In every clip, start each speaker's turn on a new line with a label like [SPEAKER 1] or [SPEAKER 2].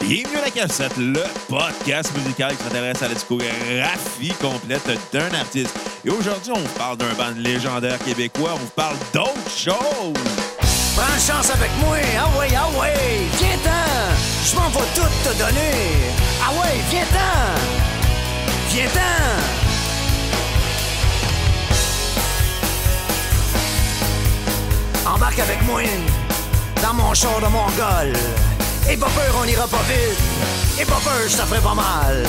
[SPEAKER 1] Bienvenue à la cassette, le podcast musical qui s'intéresse à la discographie complète d'un artiste. Et aujourd'hui, on vous parle d'un band légendaire québécois, on vous parle d'autres choses.
[SPEAKER 2] Prends chance avec moi, ah ouais, ah ouais, viens-t'en, je m'en vais tout te donner. Ah ouais, viens-t'en, viens-t'en. Embarque avec moi dans mon char de Mongol. Et pas peur, on ira pas vite. Et pas peur, je te ferai pas mal.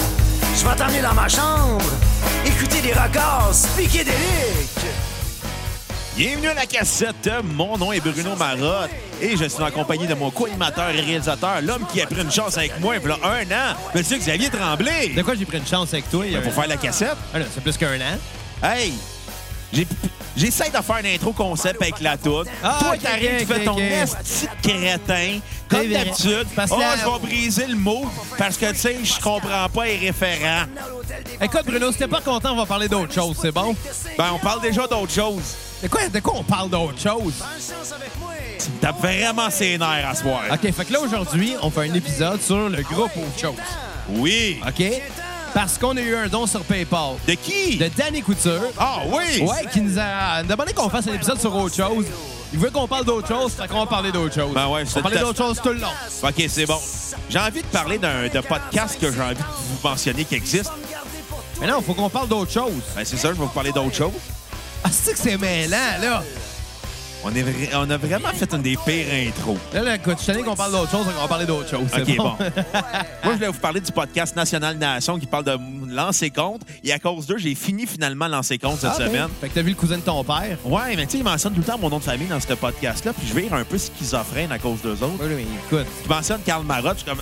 [SPEAKER 2] Je vais t'emmener dans ma chambre, écouter des records, piquer des liques.
[SPEAKER 1] Bienvenue à la cassette, mon nom est Bruno Marotte et je suis en compagnie de mon co-animateur et réalisateur, l'homme qui a pris une chance avec moi il y a un an, Monsieur Xavier Tremblay.
[SPEAKER 3] De quoi j'ai pris une chance avec toi? euh, il y a
[SPEAKER 1] Ben, pour
[SPEAKER 3] un-
[SPEAKER 1] faire la cassette,
[SPEAKER 3] Ah non, c'est plus qu'un an.
[SPEAKER 1] hey, j'ai- j'essaie de faire une intro concept avec la toute.
[SPEAKER 3] Ah,
[SPEAKER 1] Toi,
[SPEAKER 3] ok,
[SPEAKER 1] t'arrives, tu
[SPEAKER 3] ok,
[SPEAKER 1] fais ton
[SPEAKER 3] ok.
[SPEAKER 1] esti de crétin,
[SPEAKER 3] C'est
[SPEAKER 1] comme
[SPEAKER 3] vrai.
[SPEAKER 1] d'habitude.
[SPEAKER 3] Parce que
[SPEAKER 1] oh,
[SPEAKER 3] la-
[SPEAKER 1] je vais briser le mot parce que, tu sais, je comprends pas les référents.
[SPEAKER 3] Eh, Écoute, Bruno, si t'es pas content, on va parler d'autre chose, c'est bon?
[SPEAKER 1] Ben, on parle déjà d'autre chose.
[SPEAKER 3] De quoi, de quoi on parle d'autre chose?
[SPEAKER 1] Tu me tapes vraiment ses nerfs à soir.
[SPEAKER 3] OK, fait que là, aujourd'hui, on fait un épisode sur le groupe
[SPEAKER 2] Ah
[SPEAKER 3] autre chose.
[SPEAKER 1] Oui.
[SPEAKER 3] OK? Parce qu'on a eu un don sur PayPal
[SPEAKER 1] De qui?
[SPEAKER 3] de Danny Couture.
[SPEAKER 1] Ah oui!
[SPEAKER 3] Ouais, qui nous a demandé qu'on fasse un épisode sur autre chose. Il veut qu'on parle d'autre chose, fait qu'on va parler d'autre chose.
[SPEAKER 1] Ben ouais,
[SPEAKER 3] on
[SPEAKER 1] c'est
[SPEAKER 3] va parler
[SPEAKER 1] tout à-
[SPEAKER 3] d'autre chose tout le long.
[SPEAKER 1] OK, c'est bon. J'ai envie de parler d'un de podcast que j'ai envie de vous mentionner qui existe.
[SPEAKER 3] Mais non, faut qu'on parle d'autre chose.
[SPEAKER 1] Ben, c'est ça, je vais vous parler d'autre chose.
[SPEAKER 3] Ah, c'est que c'est mêlant, là.
[SPEAKER 1] On, est vra- on a vraiment fait une des pires intros.
[SPEAKER 3] Là, là écoute, je tenais qu'on parle d'autre chose, on va parler d'autre chose. c'est
[SPEAKER 1] OK, bon. Moi, je voulais vous parler du podcast National Nation qui parle de lancer compte. Et à cause d'eux, j'ai fini finalement lancer compte cette
[SPEAKER 3] Ah, ben.
[SPEAKER 1] semaine.
[SPEAKER 3] Fait que t'as vu le cousin de ton père.
[SPEAKER 1] Ouais, mais tu sais, ils mentionnent tout le temps mon nom de famille dans ce podcast-là. Puis je vire un peu schizophrène à cause d'eux autres.
[SPEAKER 3] Oui, mais écoute.
[SPEAKER 1] Ils mentionnent Karl Marotte. Je suis comme.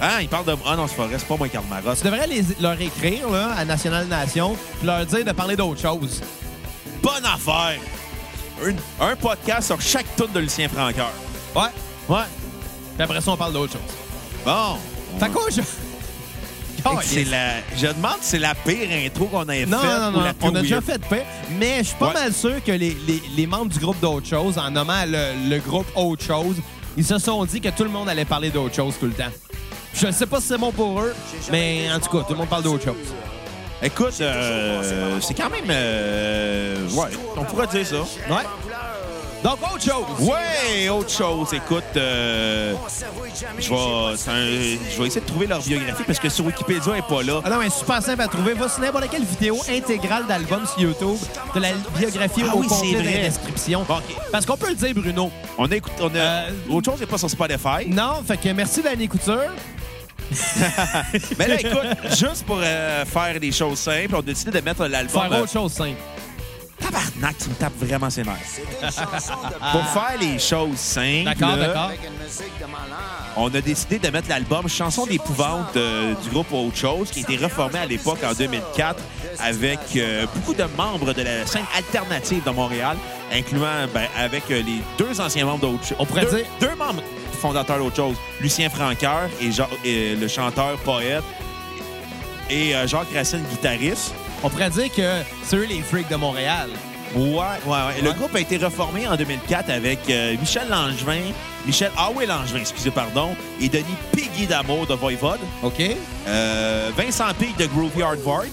[SPEAKER 1] Ah, ils parlent de. Ah non, c'est pas vrai, c'est pas moi, Karl Marotte.
[SPEAKER 3] Tu devrais les- leur écrire là, à National Nation puis leur dire de parler d'autre chose.
[SPEAKER 1] bonne affaire. Une- un podcast sur chaque tour de Lucien Francoeur.
[SPEAKER 3] Ouais.
[SPEAKER 1] Ouais.
[SPEAKER 3] Puis après ça, on parle d'autre chose.
[SPEAKER 1] Bon.
[SPEAKER 3] Fait quoi, je.
[SPEAKER 1] Hey, c'est la- Je demande si c'est la pire intro qu'on ait faite.
[SPEAKER 3] Non, non,
[SPEAKER 1] ou
[SPEAKER 3] non,
[SPEAKER 1] la plus
[SPEAKER 3] on a déjà
[SPEAKER 1] weird.
[SPEAKER 3] fait paix, mais je suis pas
[SPEAKER 1] Ouais.
[SPEAKER 3] mal sûr que les, les- les membres du groupe d'autre chose, en nommant le, le groupe autre chose, ils se sont dit que tout le monde allait parler d'autre chose tout le temps. Je sais pas si c'est bon pour eux, mais en tout cas, tout le monde parle d'autre chose.
[SPEAKER 1] Écoute, euh, c'est quand même. euh, ouais, on pourrait dire ça.
[SPEAKER 3] Ouais. Donc, autre chose.
[SPEAKER 1] Ouais, autre chose. Écoute, euh, je vais c'est un- je vais essayer de trouver leur biographie parce que sur Wikipédia, elle n'est pas là.
[SPEAKER 3] Ah non, mais super simple à trouver. Va sur n'importe quelle vidéo intégrale d'album sur YouTube de la biographie
[SPEAKER 1] Ah
[SPEAKER 3] au
[SPEAKER 1] oui, c'est
[SPEAKER 3] complet dans
[SPEAKER 1] vrai.
[SPEAKER 3] la description.
[SPEAKER 1] Bon, OK.
[SPEAKER 3] Parce qu'on peut le dire, Bruno.
[SPEAKER 1] On a écouté. On a,
[SPEAKER 3] Euh,
[SPEAKER 1] autre chose n'est pas sur Spotify.
[SPEAKER 3] Non, fait que merci, Danny Couture.
[SPEAKER 1] Mais là, écoute, juste pour euh, faire des choses simples, on a décidé de mettre l'album.
[SPEAKER 3] Faire
[SPEAKER 1] euh,
[SPEAKER 3] autre chose simple.
[SPEAKER 1] Tabarnak, tu me tapes vraiment ses nerfs. Pour faire les choses simples,
[SPEAKER 3] Ah. D'accord, d'accord.
[SPEAKER 1] on a décidé de mettre l'album Chanson d'épouvante euh, du groupe Autre chose, qui a été reformé à l'époque en 2004 avec euh, beaucoup de membres de la scène alternative de Montréal, incluant ben, avec euh, les deux anciens membres d'Autre chose.
[SPEAKER 3] On pourrait
[SPEAKER 1] deux,
[SPEAKER 3] dire-
[SPEAKER 1] deux membres fondateurs d'Autre chose, Lucien Franqueur et, Jean- et euh, le chanteur poète et euh, Jacques Racine guitariste.
[SPEAKER 3] On pourrait dire que c'est eux les freaks de Montréal.
[SPEAKER 1] Ouais, ouais, ouais. Et Le
[SPEAKER 3] Ouais.
[SPEAKER 1] groupe a été reformé en 2004 avec euh, Michel Langevin, Michel Howey Langevin, excusez, pardon, et Denis Piggy d'Amour de Voivode,
[SPEAKER 3] OK?
[SPEAKER 1] euh, Vincent Pig de Groovy Hardvarg.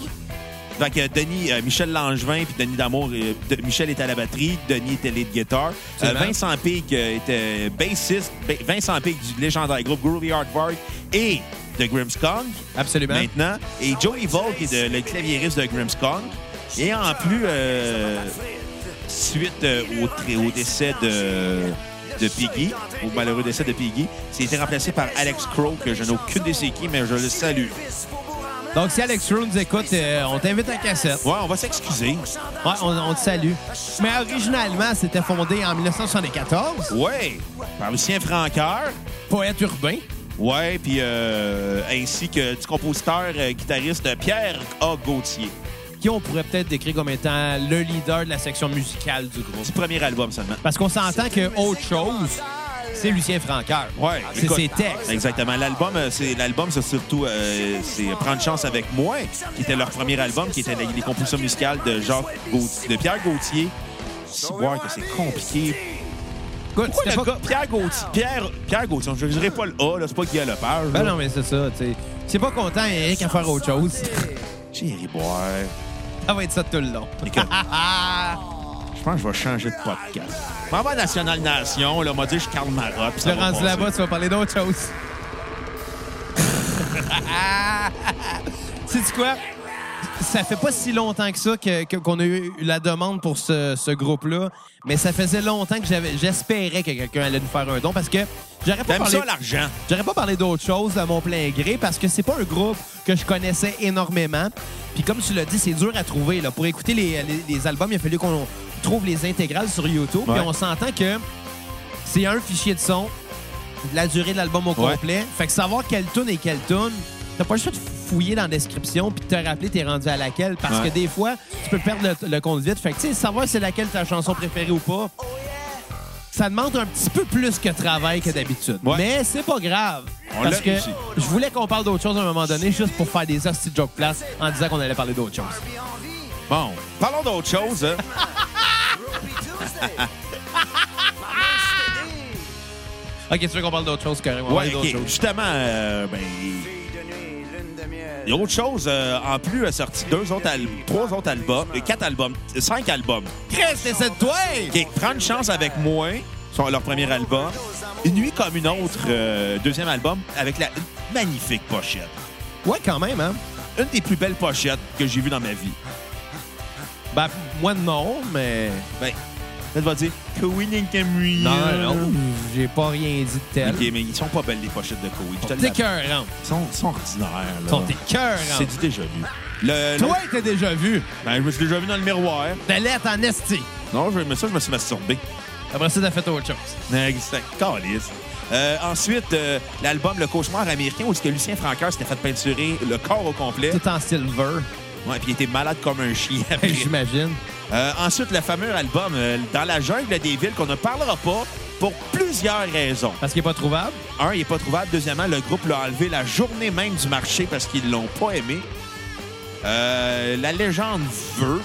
[SPEAKER 1] Donc, euh, Denis, euh, Michel Langevin puis Denis D'Amour, euh, de- Michel était à la batterie, Denis était lead guitar. Euh,
[SPEAKER 3] Absolument.
[SPEAKER 1] Vincent Pig euh, était bassiste, Ba- Vincent Pig du légendaire groupe Groovy Hardvarg et de Grimmskong
[SPEAKER 3] Absolument.
[SPEAKER 1] maintenant. Et Joey Volk est de- le claviériste de Grimmskong. Et en plus, euh, suite euh, au, tra- au décès de, de Piggy, au malheureux décès de Piggy, c'est été remplacé par Alex Crow, que je n'ai aucune idée c'est qui, mais je le salue.
[SPEAKER 3] Donc, si Alex Roux nous écoute, euh, on t'invite à cassette.
[SPEAKER 1] Ouais, on va s'excuser.
[SPEAKER 3] Ouais, on, on te salue. Mais originalement, c'était fondé en 1974.
[SPEAKER 1] Ouais, par Lucien Franqueur.
[SPEAKER 3] Poète urbain.
[SPEAKER 1] Ouais, puis euh, ainsi que du compositeur euh, guitariste Pierre A. Gauthier.
[SPEAKER 3] qui on pourrait peut-être décrire comme étant le leader de la section musicale du groupe.
[SPEAKER 1] Du premier album seulement.
[SPEAKER 3] Parce qu'on s'entend que autre chose, c'est Lucien Franqueur.
[SPEAKER 1] Ouais,
[SPEAKER 3] Ah, C'est
[SPEAKER 1] écoute,
[SPEAKER 3] ses textes.
[SPEAKER 1] Exactement. L'album, euh, c'est l'album, c'est surtout euh, c'est Prendre chance avec moi, qui était leur premier album, qui était les compositions musicales de Jacques Gaut- de Pierre Gauthier. C'est voir que c'est compliqué.
[SPEAKER 3] Écoute,
[SPEAKER 1] Pourquoi
[SPEAKER 3] c'était
[SPEAKER 1] le
[SPEAKER 3] pas-
[SPEAKER 1] gars, Pierre Gauthier, Pierre, Pierre Gauthier, je ne dirais pas le A, là, c'est pas Guy Lepage.
[SPEAKER 3] Ben
[SPEAKER 1] là.
[SPEAKER 3] non, mais c'est ça, tu sais. C'est pas content, il y a rien qu'à faire autre chose.
[SPEAKER 1] Chérie, boy.
[SPEAKER 3] Ça va être ça tout le long.
[SPEAKER 1] Nickel. Je pense que je vais changer de podcast. Je M'en va à National Nation, là, on m'a dit je suis Karl Marotte. puis
[SPEAKER 3] Tu
[SPEAKER 1] ça
[SPEAKER 3] le
[SPEAKER 1] va
[SPEAKER 3] rendu
[SPEAKER 1] passer.
[SPEAKER 3] là-bas, tu vas parler d'autre chose. Sais-tu quoi? Ça fait pas si longtemps que ça que- que- qu'on a eu la demande pour ce, ce groupe-là, mais ça faisait longtemps que j'avais- j'espérais que quelqu'un allait nous faire un don parce que j'aurais pas
[SPEAKER 1] T'aimes
[SPEAKER 3] parlé...
[SPEAKER 1] ça, l'argent?
[SPEAKER 3] J'aurais pas parlé d'autre chose à mon plein gré parce que c'est pas un groupe que je connaissais énormément. Puis comme tu l'as dit, c'est dur à trouver. Là. Pour écouter les, les- les albums, il a fallu qu'on trouve les intégrales sur YouTube.
[SPEAKER 1] Ouais.
[SPEAKER 3] Puis on s'entend que c'est un fichier de son, la durée de l'album au
[SPEAKER 1] Ouais.
[SPEAKER 3] complet. Fait que savoir quelle tune et quelle tune, t'as pas le choix de fouiller dans la description puis de te rappeler t'es rendu à laquelle parce
[SPEAKER 1] Ouais.
[SPEAKER 3] que des fois, tu peux perdre le, le compte vite. Fait que tu sais, savoir c'est laquelle ta chanson préférée ou pas, ça demande un petit peu plus que travail que d'habitude.
[SPEAKER 1] Ouais.
[SPEAKER 3] Mais c'est pas grave.
[SPEAKER 1] On l'a
[SPEAKER 3] parce que
[SPEAKER 1] réussi.
[SPEAKER 3] je voulais qu'on parle d'autre chose à un moment donné, juste pour faire des hosties de joke place en disant qu'on allait parler d'autre chose.
[SPEAKER 1] Bon, parlons d'autre chose. hein.
[SPEAKER 3] OK, tu veux qu'on parle d'autre chose, carrément? On va
[SPEAKER 1] Ouais,
[SPEAKER 3] parler
[SPEAKER 1] OK.
[SPEAKER 3] d'autre chose.
[SPEAKER 1] Justement, euh, ben, il y a autre chose. euh, en plus, a sorti deux autres al- trois autres albums, euh, quatre albums, euh, cinq albums.
[SPEAKER 3] Chris, c'est de toi!
[SPEAKER 1] OK, Prendre chance avec moi, sont leur premier album. Une nuit comme une autre, euh, deuxième album, avec la une magnifique pochette.
[SPEAKER 3] Ouais, quand même, hein?
[SPEAKER 1] Une des plus belles pochettes que j'ai vues dans ma vie.
[SPEAKER 3] Ben, moi, non, mais...
[SPEAKER 1] Ben, elle va dire Queen and Camry.
[SPEAKER 3] J'ai pas rien dit de tel.
[SPEAKER 1] OK, mais ils sont pas belles, les pochettes de Queen. Je te
[SPEAKER 3] T'es
[SPEAKER 1] l'avoue.
[SPEAKER 3] écœurant.
[SPEAKER 1] Ils sont, ils sont ordinaires. Là.
[SPEAKER 3] Ton t'es écœurant.
[SPEAKER 1] C'est du déjà vu. Le,
[SPEAKER 3] Toi,
[SPEAKER 1] l'autre-
[SPEAKER 3] t'es déjà vu.
[SPEAKER 1] Ben, je me suis déjà vu dans le miroir.
[SPEAKER 3] T'as l'air en esti.
[SPEAKER 1] Non, je, mais ça, je me suis masturbé.
[SPEAKER 3] Après ça, t'as fait autre chose.
[SPEAKER 1] Exact. Calice. Euh, ensuite, euh, l'album Le Cauchemar américain, où est-ce que Lucien Franqueur s'était fait peinturer le corps au complet.
[SPEAKER 3] Tout en silver,
[SPEAKER 1] Ouais, puis il était malade comme un chien. après.
[SPEAKER 3] j'imagine.
[SPEAKER 1] Euh, ensuite, le fameux album euh, Dans la jungle des villes, qu'on ne parlera pas pour plusieurs raisons.
[SPEAKER 3] Parce qu'il est pas trouvable.
[SPEAKER 1] Un, il n'est pas trouvable. Deuxièmement, le groupe l'a enlevé la journée même du marché parce qu'ils l'ont pas aimé. Euh, la légende veut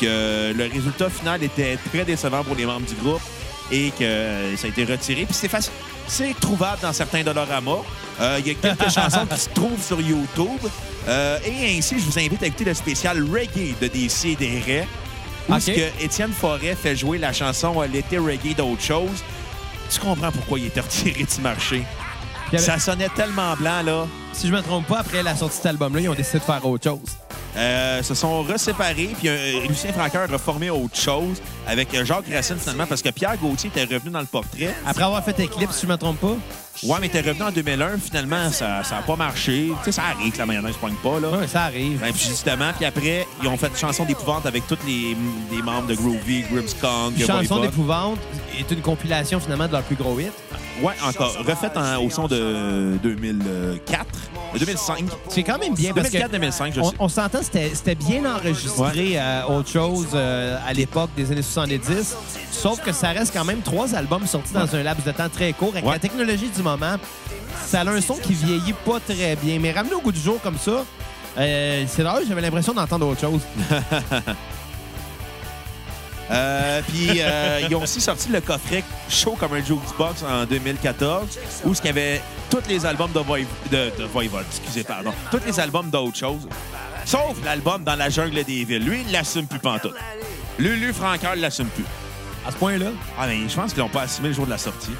[SPEAKER 1] que le résultat final était très décevant pour les membres du groupe et que euh, ça a été retiré. Puis c'est facile. C'est trouvable dans certains Dollarama. Euh, Il y a quelques chansons qui se trouvent sur YouTube. Euh, et ainsi, je vous invite à écouter le spécial Reggae de DC et des Rais, où
[SPEAKER 3] OK.
[SPEAKER 1] est-ce que Étienne Forêt fait jouer la chanson euh, L'été Reggae d'autre chose. Tu comprends pourquoi il était retiré du marché.
[SPEAKER 3] Puis avec-
[SPEAKER 1] Ça sonnait tellement blanc, là.
[SPEAKER 3] Si je me trompe pas, après la sortie de cet album-là, ils ont décidé de faire autre chose.
[SPEAKER 1] Euh, se sont reséparés, puis euh, Lucien Franqueur a formé autre chose avec euh, Jacques Racine, finalement, parce que Pierre Gauthier était revenu dans le portrait.
[SPEAKER 3] Après avoir fait Eclipse, si je me trompe pas.
[SPEAKER 1] Ouais, mais était revenu en 2001, finalement, ça n'a pas marché. Tu sais, ça arrive que la mayonnaise ne pogne pas, là.
[SPEAKER 3] Ouais, ça arrive.
[SPEAKER 1] Ben, puis justement, puis après, ils ont fait une chanson d'épouvante avec tous les, les membres de Groovy, Grimmskong,
[SPEAKER 3] Chanson
[SPEAKER 1] Voivod.
[SPEAKER 3] d'épouvante est une compilation finalement de leur plus gros hit.
[SPEAKER 1] Ouais, encore. Refaite en- au son de 2004, euh, 2005.
[SPEAKER 3] C'est quand même bien parce que
[SPEAKER 1] 2004-2005, je
[SPEAKER 3] on,
[SPEAKER 1] sais.
[SPEAKER 3] on s'entend, c'était c'était bien enregistré euh, autre chose euh, à l'époque des années 70. Sauf que ça reste quand même trois albums sortis dans un laps de temps très court avec
[SPEAKER 1] Ouais.
[SPEAKER 3] la technologie du moment. Ça a un son qui vieillit pas très bien. Mais ramené au goût du jour comme ça, euh, c'est là j'avais l'impression d'entendre autre chose.
[SPEAKER 1] Euh, puis euh, ils ont aussi sorti le coffret Show comme un jukebox en 2014, où ce qu'il y avait tous les albums de, Voiv de, de Voivod, excusez, pardon, tous les albums d'autres choses, sauf l'album Dans la jungle des villes. Lui, il l'assume plus pantoute. Lulu Francoeur l'assume plus.
[SPEAKER 3] À ce point-là.
[SPEAKER 1] Ah, mais je pense qu'ils l'ont pas assumé le jour de la sortie.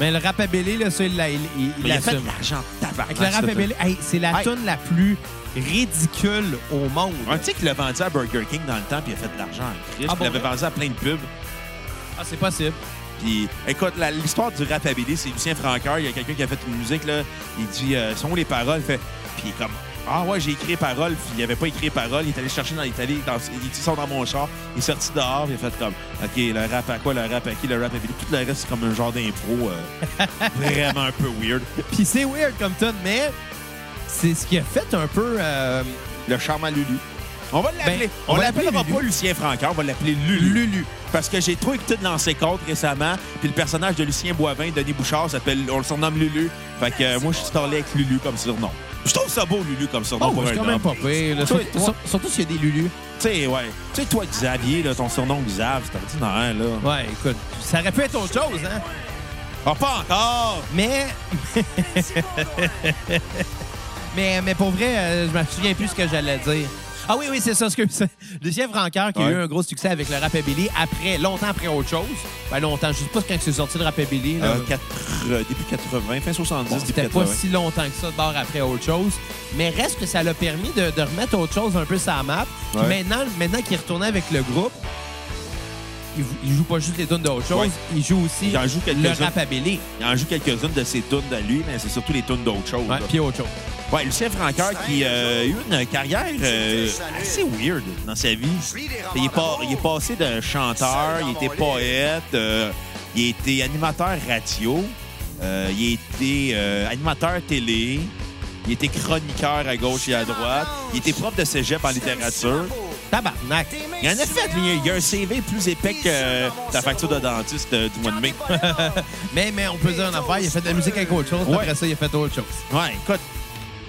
[SPEAKER 3] Mais le rapabilé, là, ça, il l'a- il- il- il
[SPEAKER 1] Mais il a fait
[SPEAKER 3] l'assume.
[SPEAKER 1] de l'argent tabac.
[SPEAKER 3] Avec le rap Abélé, hey, c'est la
[SPEAKER 1] Hey.
[SPEAKER 3] tonne la plus ridicule au monde.
[SPEAKER 1] Tu sais qu'il l'a vendu à Burger King dans le temps, puis il a fait de l'argent en crise.
[SPEAKER 3] Ah
[SPEAKER 1] il
[SPEAKER 3] bon?
[SPEAKER 1] l'avait vendu à plein de pubs.
[SPEAKER 3] Ah, c'est possible.
[SPEAKER 1] Puis, écoute, la- l'histoire du rap ABD, c'est Lucien Francoeur. Il y a quelqu'un qui a fait une musique, là. Il dit, euh, sont où les paroles? Il fait, puis il est comme, ah ouais, j'ai écrit les paroles. Puis il avait pas écrit les paroles. Il est allé chercher dans l'Italie. Dans, il dit, ils sont dans mon char. Il est sorti dehors. puis Il a fait comme, OK, le rap à quoi? Le rap à qui? Le rap à Tout le reste, c'est comme un genre d'impro euh, vraiment un peu weird.
[SPEAKER 3] Puis c'est weird comme tonne, mais c'est ce qui a fait un peu. euh,
[SPEAKER 1] Le charme à Lulu. On va l'appeler.
[SPEAKER 3] Ben,
[SPEAKER 1] on
[SPEAKER 3] on va
[SPEAKER 1] l'appellera
[SPEAKER 3] l'appeler
[SPEAKER 1] pas Lucien Francoeur. On va l'appeler Lulu. Lulu. Parce que j'ai trop écouté de lancer contre récemment. Puis le personnage de Lucien Boivin, Denis Bouchard, s'appelle, on le surnomme Lulu. Fait que euh, moi, je suis starlé avec Lulu comme surnom. Je trouve ça beau, Lulu, comme surnom
[SPEAKER 3] Oh,
[SPEAKER 1] pour
[SPEAKER 3] c'est
[SPEAKER 1] un
[SPEAKER 3] quand même
[SPEAKER 1] homme.
[SPEAKER 3] pas pire. là.
[SPEAKER 1] Toi,
[SPEAKER 3] Surtout-
[SPEAKER 1] toi-
[SPEAKER 3] Surtout s'il y a des Lulu.
[SPEAKER 1] Tu sais, ouais. Tu sais, toi, Xavier, là, ton surnom Xav, c'est ordinaire, là.
[SPEAKER 3] Ouais, écoute, ça aurait pu être autre chose, hein?
[SPEAKER 1] Ah, pas encore!
[SPEAKER 3] Mais. mais, mais pour vrai, euh, je me souviens plus ce que j'allais dire. Ah oui, oui, c'est ça ce que c'est. Lucien Francaire qui a
[SPEAKER 1] Ouais.
[SPEAKER 3] eu un gros succès avec le Rap-A-Billy après, longtemps après autre chose. Ben longtemps, je sais pas quand c'est sorti le Rap-A-Billy. là.
[SPEAKER 1] Euh, quatre- euh, début 80, fin 70,
[SPEAKER 3] Bon,
[SPEAKER 1] début
[SPEAKER 3] C'était pas
[SPEAKER 1] 80.
[SPEAKER 3] si longtemps que ça de bord après autre chose. Mais reste que ça l'a permis de, de remettre autre chose un peu sur la map. Puis
[SPEAKER 1] Ouais.
[SPEAKER 3] maintenant, maintenant qu'il est retourné avec le groupe, il, il joue pas juste les tunes d'autre chose,
[SPEAKER 1] Ouais.
[SPEAKER 3] il joue aussi
[SPEAKER 1] Il en joue
[SPEAKER 3] le
[SPEAKER 1] quelques-unes.
[SPEAKER 3] Rap-A-Billy.
[SPEAKER 1] Il en joue quelques-unes de ses tunes de lui, mais c'est surtout les tunes d'autres choses.
[SPEAKER 3] Ouais,
[SPEAKER 1] là.
[SPEAKER 3] puis autre chose.
[SPEAKER 1] Ouais, Lucien Francaire qui euh, a eu une carrière euh, assez weird dans sa vie. Il est, pas- il est passé de chanteur, il était poète, euh, il était animateur radio, euh, il était euh, animateur télé, il était chroniqueur à gauche et à droite, il était prof de cégep en littérature.
[SPEAKER 3] Tabarnak.
[SPEAKER 1] Il en a fait, il y a- il y a un CV plus épais que euh, ta facture de dentiste euh, du mois de mai.
[SPEAKER 3] Mais, mais on peut dire une affaire, il a fait de la musique avec autre chose, puis
[SPEAKER 1] Ouais.
[SPEAKER 3] après ça, il a fait autre chose.
[SPEAKER 1] Ouais, écoute.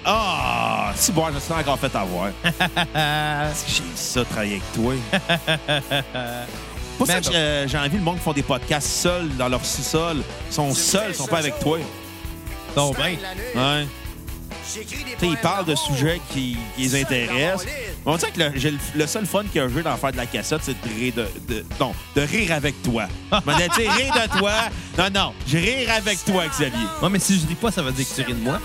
[SPEAKER 1] Ah, si bon, je me suis encore fait avoir. J'ai ça, travailler avec toi. Pour ça
[SPEAKER 3] Mais
[SPEAKER 1] que euh, j'ai envie le monde qui font des podcasts seuls dans leur sous-sol. Ils sont seuls, ils sont pas avec toi.
[SPEAKER 3] Donc, ben,
[SPEAKER 1] Ouais. Tu sais, ils parlent de sujets qui, qui les intéressent. On dirait que le, j'ai le- le seul fun qu'il y a joué dans faire de la cassette, c'est de rire de, de- non, de rire avec toi. Mais tu sais, rire de toi. Non, non, je rire avec toi, Xavier.
[SPEAKER 3] non, mais si je ris pas, ça veut dire que tu ris de moi.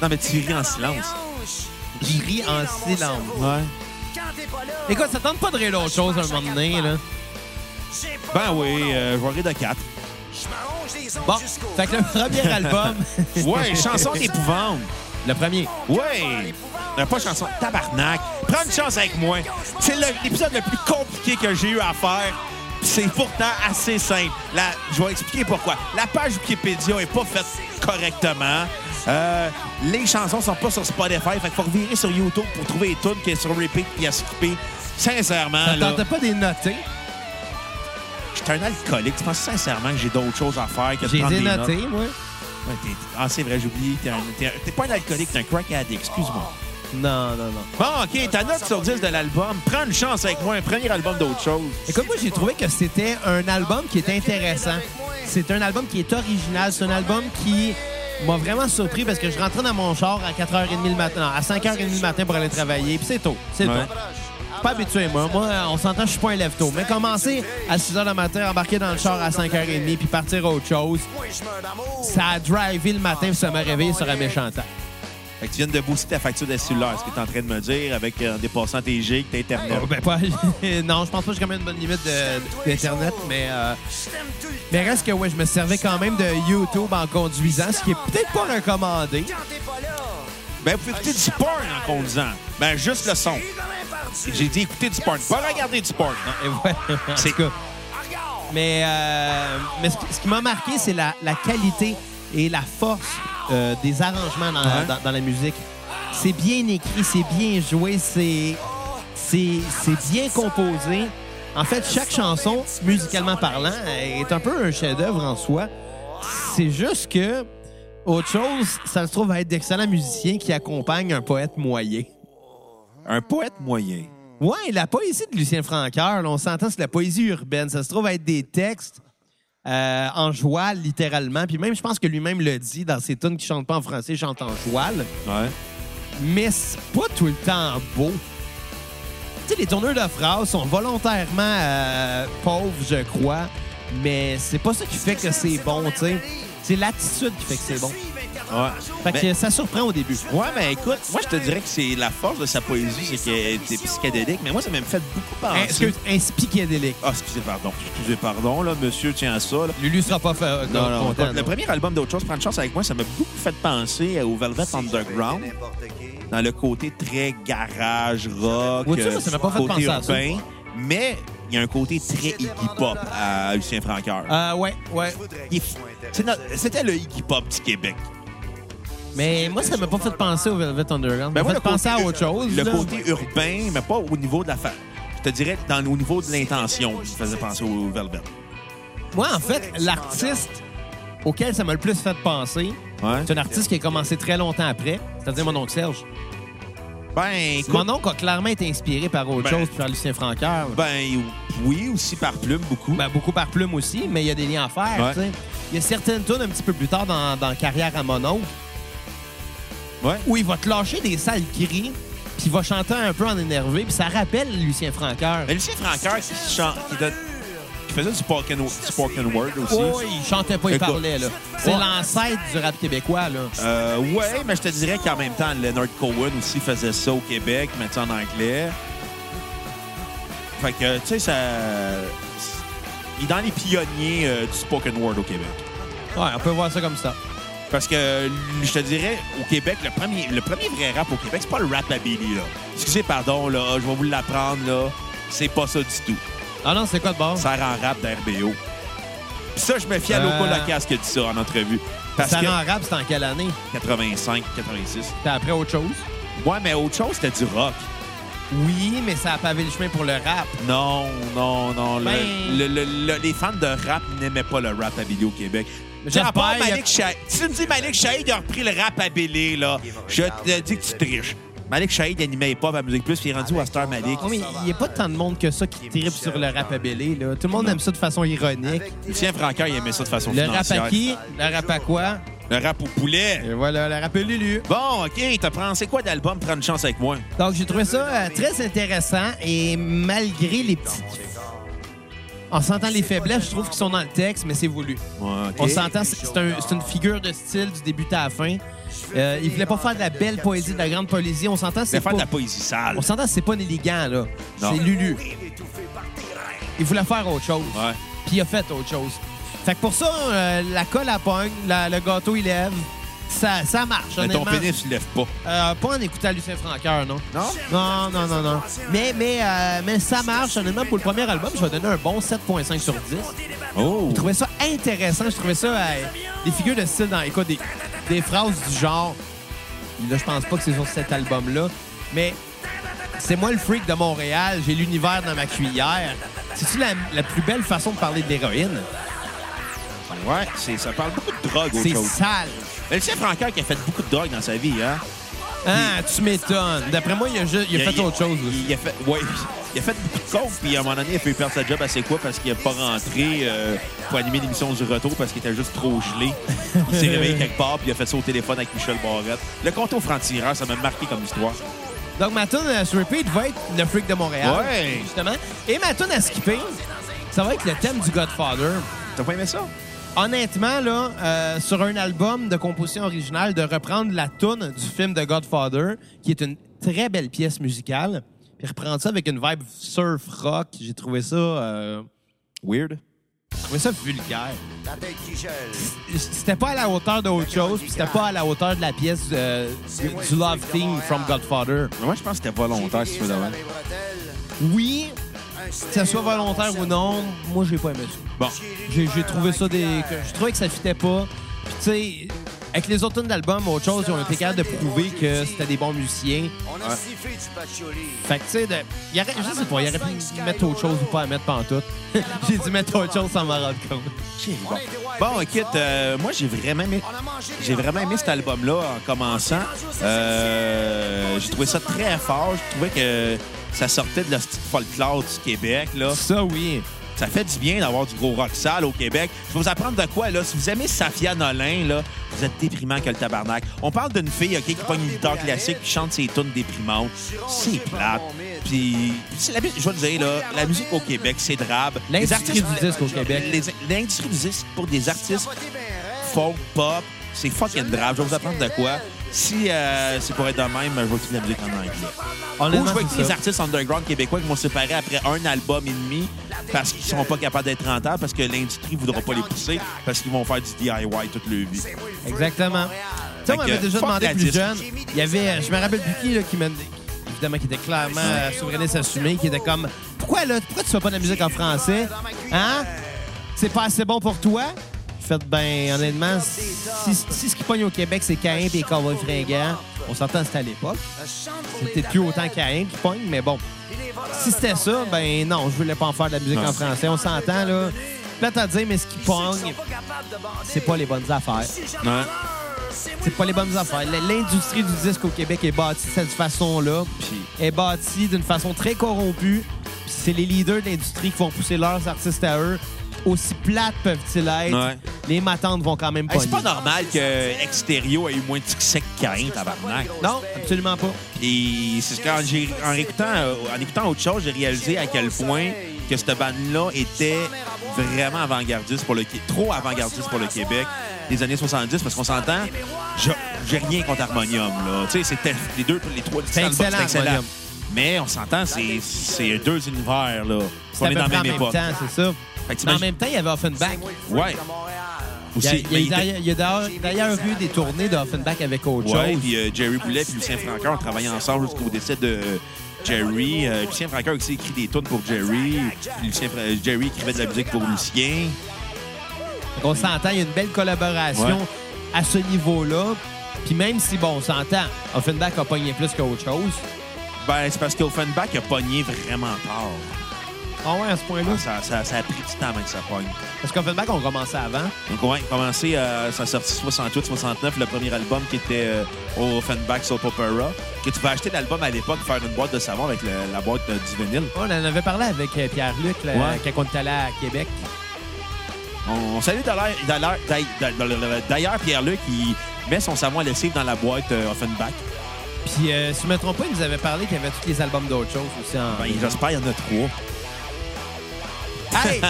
[SPEAKER 1] Non, mais tu ris en silence.
[SPEAKER 3] Je ris en silence.
[SPEAKER 1] Ouais.
[SPEAKER 3] Écoute, ça tente pas de rire d'autre chose à un moment donné, là.
[SPEAKER 1] Ben oui, euh, je vais rire de quatre.
[SPEAKER 3] Bon, fait que le premier album...
[SPEAKER 1] Ouais, chanson d'épouvante.
[SPEAKER 3] Le premier.
[SPEAKER 1] Ouais! Euh, pas chanson, tabarnak. Prends une chance avec moi. C'est le- l'épisode le plus compliqué que j'ai eu à faire. pis C'est pourtant assez simple. La- je vais expliquer pourquoi. La page Wikipédia est pas faite correctement. Euh, les chansons sont pas sur Spotify. Fait qu'il faut revirer sur YouTube pour trouver les tunes qui est sur repeat puis à skipper. Sincèrement,
[SPEAKER 3] Ça
[SPEAKER 1] là,
[SPEAKER 3] tentait pas de les noter.
[SPEAKER 1] j'étais un alcoolique. Tu penses sincèrement que j'ai d'autres choses à faire que de
[SPEAKER 3] J'ai
[SPEAKER 1] prendre
[SPEAKER 3] les
[SPEAKER 1] des
[SPEAKER 3] ai
[SPEAKER 1] notes?
[SPEAKER 3] notés, moi.
[SPEAKER 1] Ouais, t'es- ah, c'est vrai, j'ai oublié. T'es un- T'es un- t'es pas un alcoolique, t'es un crack addict. Excuse-moi.
[SPEAKER 3] Non, non, non.
[SPEAKER 1] Bon, OK, ta note sur 10 de l'album. Prends une chance avec moi, un premier album d'autre chose.
[SPEAKER 3] Écoute, moi, j'ai trouvé que c'était un album qui est intéressant. C'est un album qui est original. C'est un album qui m'a vraiment surpris parce que je rentrais dans mon char à 4h30 le matin, non, à 5h30 le matin pour aller travailler. Puis c'est tôt, c'est
[SPEAKER 1] Ouais.
[SPEAKER 3] tôt. Je suis pas habitué, moi. Moi, euh, on s'entend, je suis pas un lève-tôt. Mais commencer à 6h le matin, embarquer dans le char à 5h30 puis partir à autre chose, ça a drivé le matin puis ça m'a réveillé sur un méchant temps.
[SPEAKER 1] Fait que tu viens de booster ta facture de cellulaire, ce que t'es en train de me dire, avec euh, en dépassant tes gigs, tes Internet.
[SPEAKER 3] Ben, pas- non, je pense pas que j'ai quand même une bonne limite de- d'Internet, mais... euh, Mais reste que ouais, je me servais quand même de YouTube en conduisant, ce qui est peut-être pas recommandé.
[SPEAKER 1] Ben, vous pouvez écouter du porn en conduisant. Ben, juste le son. J'ai dit écouter du porn, pas regarder du porn. Non.
[SPEAKER 3] Et eh ouais, en
[SPEAKER 1] C'est-
[SPEAKER 3] tout cas. Mais, euh, mais ce, qui- ce qui m'a marqué, c'est la, la qualité et la force euh, des arrangements dans, la-
[SPEAKER 1] Ouais.
[SPEAKER 3] dans- dans la musique. C'est bien écrit, c'est bien joué, c'est c'est c'est bien composé. En fait, chaque chanson, musicalement parlant, est un peu un chef-d'œuvre en soi. C'est juste que autre chose, ça se trouve à être d'excellents musiciens qui accompagnent un poète moyen.
[SPEAKER 1] Un poète moyen.
[SPEAKER 3] Ouais, la poésie de Lucien Francoeur, là, on s'entend, c'est la poésie urbaine. Ça se trouve à être des textes euh, en joual, littéralement. Puis même, je pense que lui-même le dit dans ses tunes qui chantent pas en français, il chante en joual.
[SPEAKER 1] Ouais.
[SPEAKER 3] Mais c'est pas tout le temps beau. Tu sais, les tourneurs de phrases sont volontairement euh, pauvres, je crois. Mais c'est pas ça qui fait que c'est bon, tu sais. C'est l'attitude qui fait que c'est bon.
[SPEAKER 1] Ouais.
[SPEAKER 3] Fait que
[SPEAKER 1] Ben-
[SPEAKER 3] ça surprend au début.
[SPEAKER 1] Ouais, mais Ben, écoute, moi, je te dirais que c'est la force de sa poésie, c'est qu'elle était psychédélique, mais moi, ça m'a même fait beaucoup
[SPEAKER 3] Hein,
[SPEAKER 1] penser.
[SPEAKER 3] Excuse, un psychédélique.
[SPEAKER 1] Ah, excusez, pardon. Excusez, pardon, là, monsieur, tiens à ça. là.
[SPEAKER 3] Lulu sera pas fait,
[SPEAKER 1] Non, non,
[SPEAKER 3] content.
[SPEAKER 1] le
[SPEAKER 3] non. hein.
[SPEAKER 1] premier album d'autre chose, Prends une chance avec moi, ça m'a beaucoup fait penser au Velvet Underground, dans le côté très garage, rock,
[SPEAKER 3] Vois-tu, moi, ça m'a pas fait
[SPEAKER 1] côté
[SPEAKER 3] penser à ça.
[SPEAKER 1] urbain, mais il y a un côté très Iggy Pop à Lucien Francoeur.
[SPEAKER 3] Euh, ouais, ouais.
[SPEAKER 1] Il est fou. C'est notre- C'était le Iggy Pop du Québec.
[SPEAKER 3] Mais moi, ça m'a pas fait penser au Velvet Underground. Ça
[SPEAKER 1] Ben,
[SPEAKER 3] m'a
[SPEAKER 1] moi,
[SPEAKER 3] fait
[SPEAKER 1] le
[SPEAKER 3] penser
[SPEAKER 1] côté-
[SPEAKER 3] à autre chose.
[SPEAKER 1] Le
[SPEAKER 3] là.
[SPEAKER 1] côté urbain, mais pas au niveau de la... fa- Je te dirais, dans, au niveau de l'intention, je faisais penser au Velvet.
[SPEAKER 3] Moi, en fait, l'artiste auquel ça m'a le plus fait penser,
[SPEAKER 1] Ouais.
[SPEAKER 3] C'est un artiste qui a commencé très longtemps après, c'est-à-dire mon oncle Serge.
[SPEAKER 1] Ben, écoute,
[SPEAKER 3] Mon oncle a clairement été inspiré par autre
[SPEAKER 1] Ben-
[SPEAKER 3] chose, puis par Lucien Francoeur.
[SPEAKER 1] ben, oui, aussi par plume, beaucoup.
[SPEAKER 3] Ben, beaucoup par plume aussi, mais il y a des liens à faire.
[SPEAKER 1] Ouais.
[SPEAKER 3] tu sais. Il y a certaines tunes un petit peu plus tard dans, dans Carrière à mon oncle
[SPEAKER 1] Ouais.
[SPEAKER 3] où il va te lâcher des sales cris, puis il va chanter un peu en énervé, puis ça rappelle Lucien Francoeur.
[SPEAKER 1] Mais Ben, Lucien Francoeur, qui, chan- qui, don- qui faisait du spoken, wo- du spoken word aussi.
[SPEAKER 3] Oh, il chantait pas, il
[SPEAKER 1] Écoute.
[SPEAKER 3] parlait. là. C'est
[SPEAKER 1] Ouais.
[SPEAKER 3] l'ancêtre du rap québécois. là.
[SPEAKER 1] Euh, ouais, mais je te dirais qu'en même temps, Leonard Cohen aussi faisait ça au Québec, mais tu sais, en anglais. Fait que, tu sais, ça. Il est dans les pionniers euh, du spoken word au Québec.
[SPEAKER 3] Ouais, on peut voir ça comme ça.
[SPEAKER 1] Parce que, je te dirais, au Québec, le premier, le premier vrai rap au Québec, c'est pas le rap à Billy, là. Excusez, pardon, là, je vais vous l'apprendre, là. C'est pas ça du tout.
[SPEAKER 3] Ah non, c'est quoi de bon?
[SPEAKER 1] Ça rend rap d'RBO. Puis ça, je me fie à Loco
[SPEAKER 3] Euh.
[SPEAKER 1] Lacas qui a dit ça en entrevue. Parce
[SPEAKER 3] Ça
[SPEAKER 1] que
[SPEAKER 3] rend rap, c'était en quelle année?
[SPEAKER 1] 85, 86.
[SPEAKER 3] C'était après autre chose?
[SPEAKER 1] Ouais, mais autre chose, c'était du rock.
[SPEAKER 3] Oui, mais ça a pavé le chemin pour le rap.
[SPEAKER 1] Non, non, non. le-
[SPEAKER 3] Ben-
[SPEAKER 1] le- le- le- les fans de rap n'aimaient pas le rap à Billy au Québec.
[SPEAKER 3] Mais
[SPEAKER 1] Tu sais, à part
[SPEAKER 3] j'espère,
[SPEAKER 1] Malik Shahid. Si tu me dis Malik Shahid a repris le rap à Billy, là, je te dis que tu triches. Malik Shahid animait pas à Musique Plus, puis il est rendu à Star Malik.
[SPEAKER 3] Non, mais il n'y a pas tant de monde que ça qui tripe sur le rap à Bélé, là. Tout le monde aime ça de façon ironique.
[SPEAKER 1] Lucien Francaire, il aimait ça de façon
[SPEAKER 3] Le rap
[SPEAKER 1] financière.
[SPEAKER 3] à qui? Le rap à quoi?
[SPEAKER 1] Le rap au poulet.
[SPEAKER 3] Et voilà, le rap à Lulu.
[SPEAKER 1] Bon, OK, t'as prends... C'est quoi d'album Prends une chance avec moi?
[SPEAKER 3] Donc, j'ai trouvé ça euh, très intéressant et malgré les petites... En sentant les faiblesses, je trouve qu'ils sont dans le texte, mais c'est voulu.
[SPEAKER 1] Ouais, OK.
[SPEAKER 3] On s'entend, c'est c'est un- c'est une figure de style du début à la fin. Euh, il voulait pas faire de la belle poésie, de la grande poésie. On s'entend,
[SPEAKER 1] Mais
[SPEAKER 3] c'est
[SPEAKER 1] faire
[SPEAKER 3] pas...
[SPEAKER 1] de la poésie sale.
[SPEAKER 3] On s'entend, c'est pas élégant, là.
[SPEAKER 1] Non.
[SPEAKER 3] C'est Lulu. Il voulait faire autre chose.
[SPEAKER 1] Ouais.
[SPEAKER 3] Puis il a fait autre chose. Fait que pour ça, euh, la colle à pogne, la- le gâteau, il lève. Ça, ça marche,
[SPEAKER 1] Mais ton
[SPEAKER 3] honnêtement.
[SPEAKER 1] pénis, tu lèves pas.
[SPEAKER 3] Euh, pas en écoutant Lucien Francoeur, non?
[SPEAKER 1] Non?
[SPEAKER 3] Non, non, non, non. Mais, mais, euh, mais ça marche, honnêtement. Pour le premier album, je vais donner un bon 7,5 sur 10.
[SPEAKER 1] Oh!
[SPEAKER 3] Je trouvais ça intéressant. Je trouvais ça euh, des figures de style dans les des, des phrases du genre. Là, je pense pas que c'est sur cet album-là, mais c'est moi le freak de Montréal. J'ai l'univers dans ma cuillère. C'est-tu la, la plus belle façon de parler de l'héroïne?
[SPEAKER 1] Ouais, c'est- ça parle beaucoup de drogue, autre
[SPEAKER 3] C'est
[SPEAKER 1] chose.
[SPEAKER 3] sale.
[SPEAKER 1] Mais Lucien Francaire qui a fait beaucoup de drogue dans sa vie, hein?
[SPEAKER 3] Ah, tu m'étonnes. D'après moi, il a, ju- il a fait autre chose.
[SPEAKER 1] Il, il a fait, ouais, il a fait beaucoup de coke, puis à un moment donné, il a fait perdre sa job à c'est quoi parce qu'il a pas rentré euh, pour animer l'émission du retour parce qu'il était juste trop gelé. Il s'est réveillé quelque part, puis il a fait ça au téléphone avec Michel Barrette. Le compte au franc-tireur, ça m'a marqué comme histoire.
[SPEAKER 3] Donc, ma tune à sur repeat va être le freak de Montréal.
[SPEAKER 1] Ouais.
[SPEAKER 3] Justement. Et ma tune à skipper, ça va être le thème du Godfather.
[SPEAKER 1] T'as pas aimé ça?
[SPEAKER 3] Honnêtement, là, euh, sur un album de composition originale, de reprendre la toune du film de Godfather, qui est une très belle pièce musicale, puis reprendre ça avec une vibe surf rock, j'ai trouvé ça, euh,
[SPEAKER 1] Weird.
[SPEAKER 3] j'ai trouvé ça vulgaire.
[SPEAKER 2] La tête qui gèle.
[SPEAKER 3] C'était pas à la hauteur d'autre chose, puis c'était pas à la hauteur de la pièce euh, du, du Love Theme from Godfather.
[SPEAKER 1] Mais moi, je pense que c'était volontaire, si tu veux
[SPEAKER 2] Divisé
[SPEAKER 1] d'avant.
[SPEAKER 2] dans les bretelles,
[SPEAKER 3] Oui,
[SPEAKER 2] un
[SPEAKER 3] que ce soit volontaire ou non, moi j'ai pas aimé ça.
[SPEAKER 1] Bon.
[SPEAKER 3] J'ai j'ai trouvé ça des. que Je trouvais que ça fitait pas. Puis, tu sais, avec les autres tunes d'album, autre chose, ils ont été capables de prouver que c'était des bons musiciens.
[SPEAKER 2] On a sifflé du patchouli.
[SPEAKER 3] Fait que, tu sais, de- il aurait- je sais pas, il aurait pu mettre autre chose ou pas à mettre pantoute. J'ai dû mettre autre chose sans m'en rendre compte.
[SPEAKER 1] Bon, bon écoute, euh, moi, j'ai vraiment aimé
[SPEAKER 2] On a mangé des
[SPEAKER 1] J'ai vraiment aimé cet
[SPEAKER 2] entrailles.
[SPEAKER 1] album-là en commençant. Euh, j'ai trouvé ça très fort. Je trouvais que ça sortait de la petite folklore du Québec. Là.
[SPEAKER 3] Ça, oui.
[SPEAKER 1] Ça fait du bien d'avoir du gros rock sale au Québec. Je vais vous apprendre de quoi. Là. Si vous aimez Safia Nolin, là, vous êtes déprimant que le tabarnak. On parle d'une fille ok, qui pogne une guitare classique qui chante ses tunes déprimantes. C'est plate. Puis, c'est la, mu- je vais te dire, là, la musique au Québec, c'est drabe. Les
[SPEAKER 3] L'industrie
[SPEAKER 1] artistes-
[SPEAKER 3] du disque au Québec.
[SPEAKER 1] les- L'industrie du disque pour des artistes
[SPEAKER 2] Capoté ben raide.
[SPEAKER 1] folk, pop. C'est fucking grave. Je vais vous apprendre de quoi. Si euh, c'est pour être de même, je vais écouter de la musique en anglais. Ou je
[SPEAKER 3] Honnêtement,
[SPEAKER 1] vais écouter
[SPEAKER 3] c'est
[SPEAKER 1] les
[SPEAKER 3] ça.
[SPEAKER 1] artistes underground québécois qui vont se séparer après un album et demi parce qu'ils sont pas capables d'être rentables, parce que l'industrie voudra pas les pousser, parce qu'ils vont faire du DIY toute leur vie.
[SPEAKER 3] Exactement. Tu sais,
[SPEAKER 1] Fait
[SPEAKER 3] on
[SPEAKER 1] que,
[SPEAKER 3] m'avait déjà
[SPEAKER 1] fuck
[SPEAKER 3] demandé
[SPEAKER 1] la
[SPEAKER 3] plus
[SPEAKER 1] disque.
[SPEAKER 3] jeune. Il y avait, je me rappelle plus qui, là, qui m'a. Évidemment, qui était clairement euh, souverainiste assumé, qui était comme Pourquoi, là, pourquoi tu fais pas de la musique en français Hein C'est pas assez bon pour toi Faites ben, honnêtement, si, si ce qui pogne au Québec, c'est Caïn et Cowboy Fringant, on s'entend, c'était à l'époque. C'était plus autant Caïn qui pogne, mais bon. Si c'était ça, ben non, je voulais pas en faire de la musique
[SPEAKER 1] Non.
[SPEAKER 3] en français. On s'entend, là. Peut-être à dire, mais ce qui pogne, c'est pas les bonnes affaires.
[SPEAKER 1] Ouais.
[SPEAKER 3] c'est pas les bonnes affaires. L- L'industrie du disque au Québec est bâtie de cette façon-là,
[SPEAKER 1] Puis,
[SPEAKER 3] est bâtie d'une façon très corrompue. Puis C'est les leaders de l'industrie qui vont pousser leurs artistes à eux. Aussi plates peuvent-ils être,
[SPEAKER 1] Ouais.
[SPEAKER 3] les matantes vont quand même
[SPEAKER 1] hey,
[SPEAKER 3] pas.
[SPEAKER 1] c'est pas normal que Exterio ait eu moins de succès que Cain, tabarnak.
[SPEAKER 3] Non, absolument pas.
[SPEAKER 1] Et c'est ce qu'en j'ai- en écoutant, euh, en écoutant autre chose, j'ai réalisé à quel point que cette bande-là était vraiment avant-gardiste pour le Qué- trop avant-gardiste pour le Québec des années 70 parce qu'on s'entend je- j'ai rien contre Harmonium là tu sais c'était les deux les trois
[SPEAKER 3] C'est
[SPEAKER 1] les albums,
[SPEAKER 3] excellent,
[SPEAKER 1] c'était
[SPEAKER 3] Harmonium.
[SPEAKER 1] mais on s'entend c'est c'est deux univers là
[SPEAKER 3] C'est
[SPEAKER 1] on
[SPEAKER 3] à
[SPEAKER 1] est
[SPEAKER 3] peu
[SPEAKER 1] dans la
[SPEAKER 3] près
[SPEAKER 1] même,
[SPEAKER 3] en même
[SPEAKER 1] époque
[SPEAKER 3] temps, c'est ça.
[SPEAKER 1] Fait que
[SPEAKER 3] Mais en
[SPEAKER 1] t'imagines-
[SPEAKER 3] même temps, il y avait Offenbach.
[SPEAKER 1] ouais
[SPEAKER 3] Il y a-
[SPEAKER 1] aussi mais
[SPEAKER 3] il y a, d'ailleurs- il y a d'ailleurs- d'ailleurs eu des tournées d'Offenbach avec autre chose.
[SPEAKER 1] Ouais, puis euh, Jerry Boulet et Lucien Francaire ont travaillé ensemble jusqu'au décès de euh, Jerry. Euh, Lucien Francaire aussi écrit des tunes pour Jerry. Puis Lucien Fra- euh, Jerry écrivait de la musique pour Lucien.
[SPEAKER 3] On s'entend, il y a une belle collaboration
[SPEAKER 1] Ouais.
[SPEAKER 3] à ce niveau-là. Puis même si, bon, on s'entend, Offenbach a pogné plus qu'autre chose.
[SPEAKER 1] Ben, c'est parce qu'Offenbach a pogné vraiment tard.
[SPEAKER 3] Ah ouais, à ce point-là.
[SPEAKER 1] Ça, ça- ça a pris du temps avant que ça pogne.
[SPEAKER 3] Parce qu'Offenbach, on commençait avant.
[SPEAKER 1] Donc, ouais, il a commencé à sa sortie 68-69, le premier album qui était euh, au Offenbach Soap Opera. Que tu peux acheter l'album à l'époque, faire une boîte de savon avec le- la boîte euh, du vinyle.
[SPEAKER 3] On en avait parlé avec euh, Pierre-Luc là,
[SPEAKER 1] Ouais.
[SPEAKER 3] quand on était allé à Québec.
[SPEAKER 1] On salue d'ailleurs- d'ailleurs d'ailleurs- d'ailleurs- d'ailleurs Pierre-Luc qui met son savon à lessive dans la boîte euh, Offenbach.
[SPEAKER 3] Puis, euh, si je ne me trompe pas, il nous avait parlé qu'il y avait tous les albums d'autres choses aussi. En...
[SPEAKER 1] Ben, J'espère qu'il y en a trois.
[SPEAKER 3] Hey!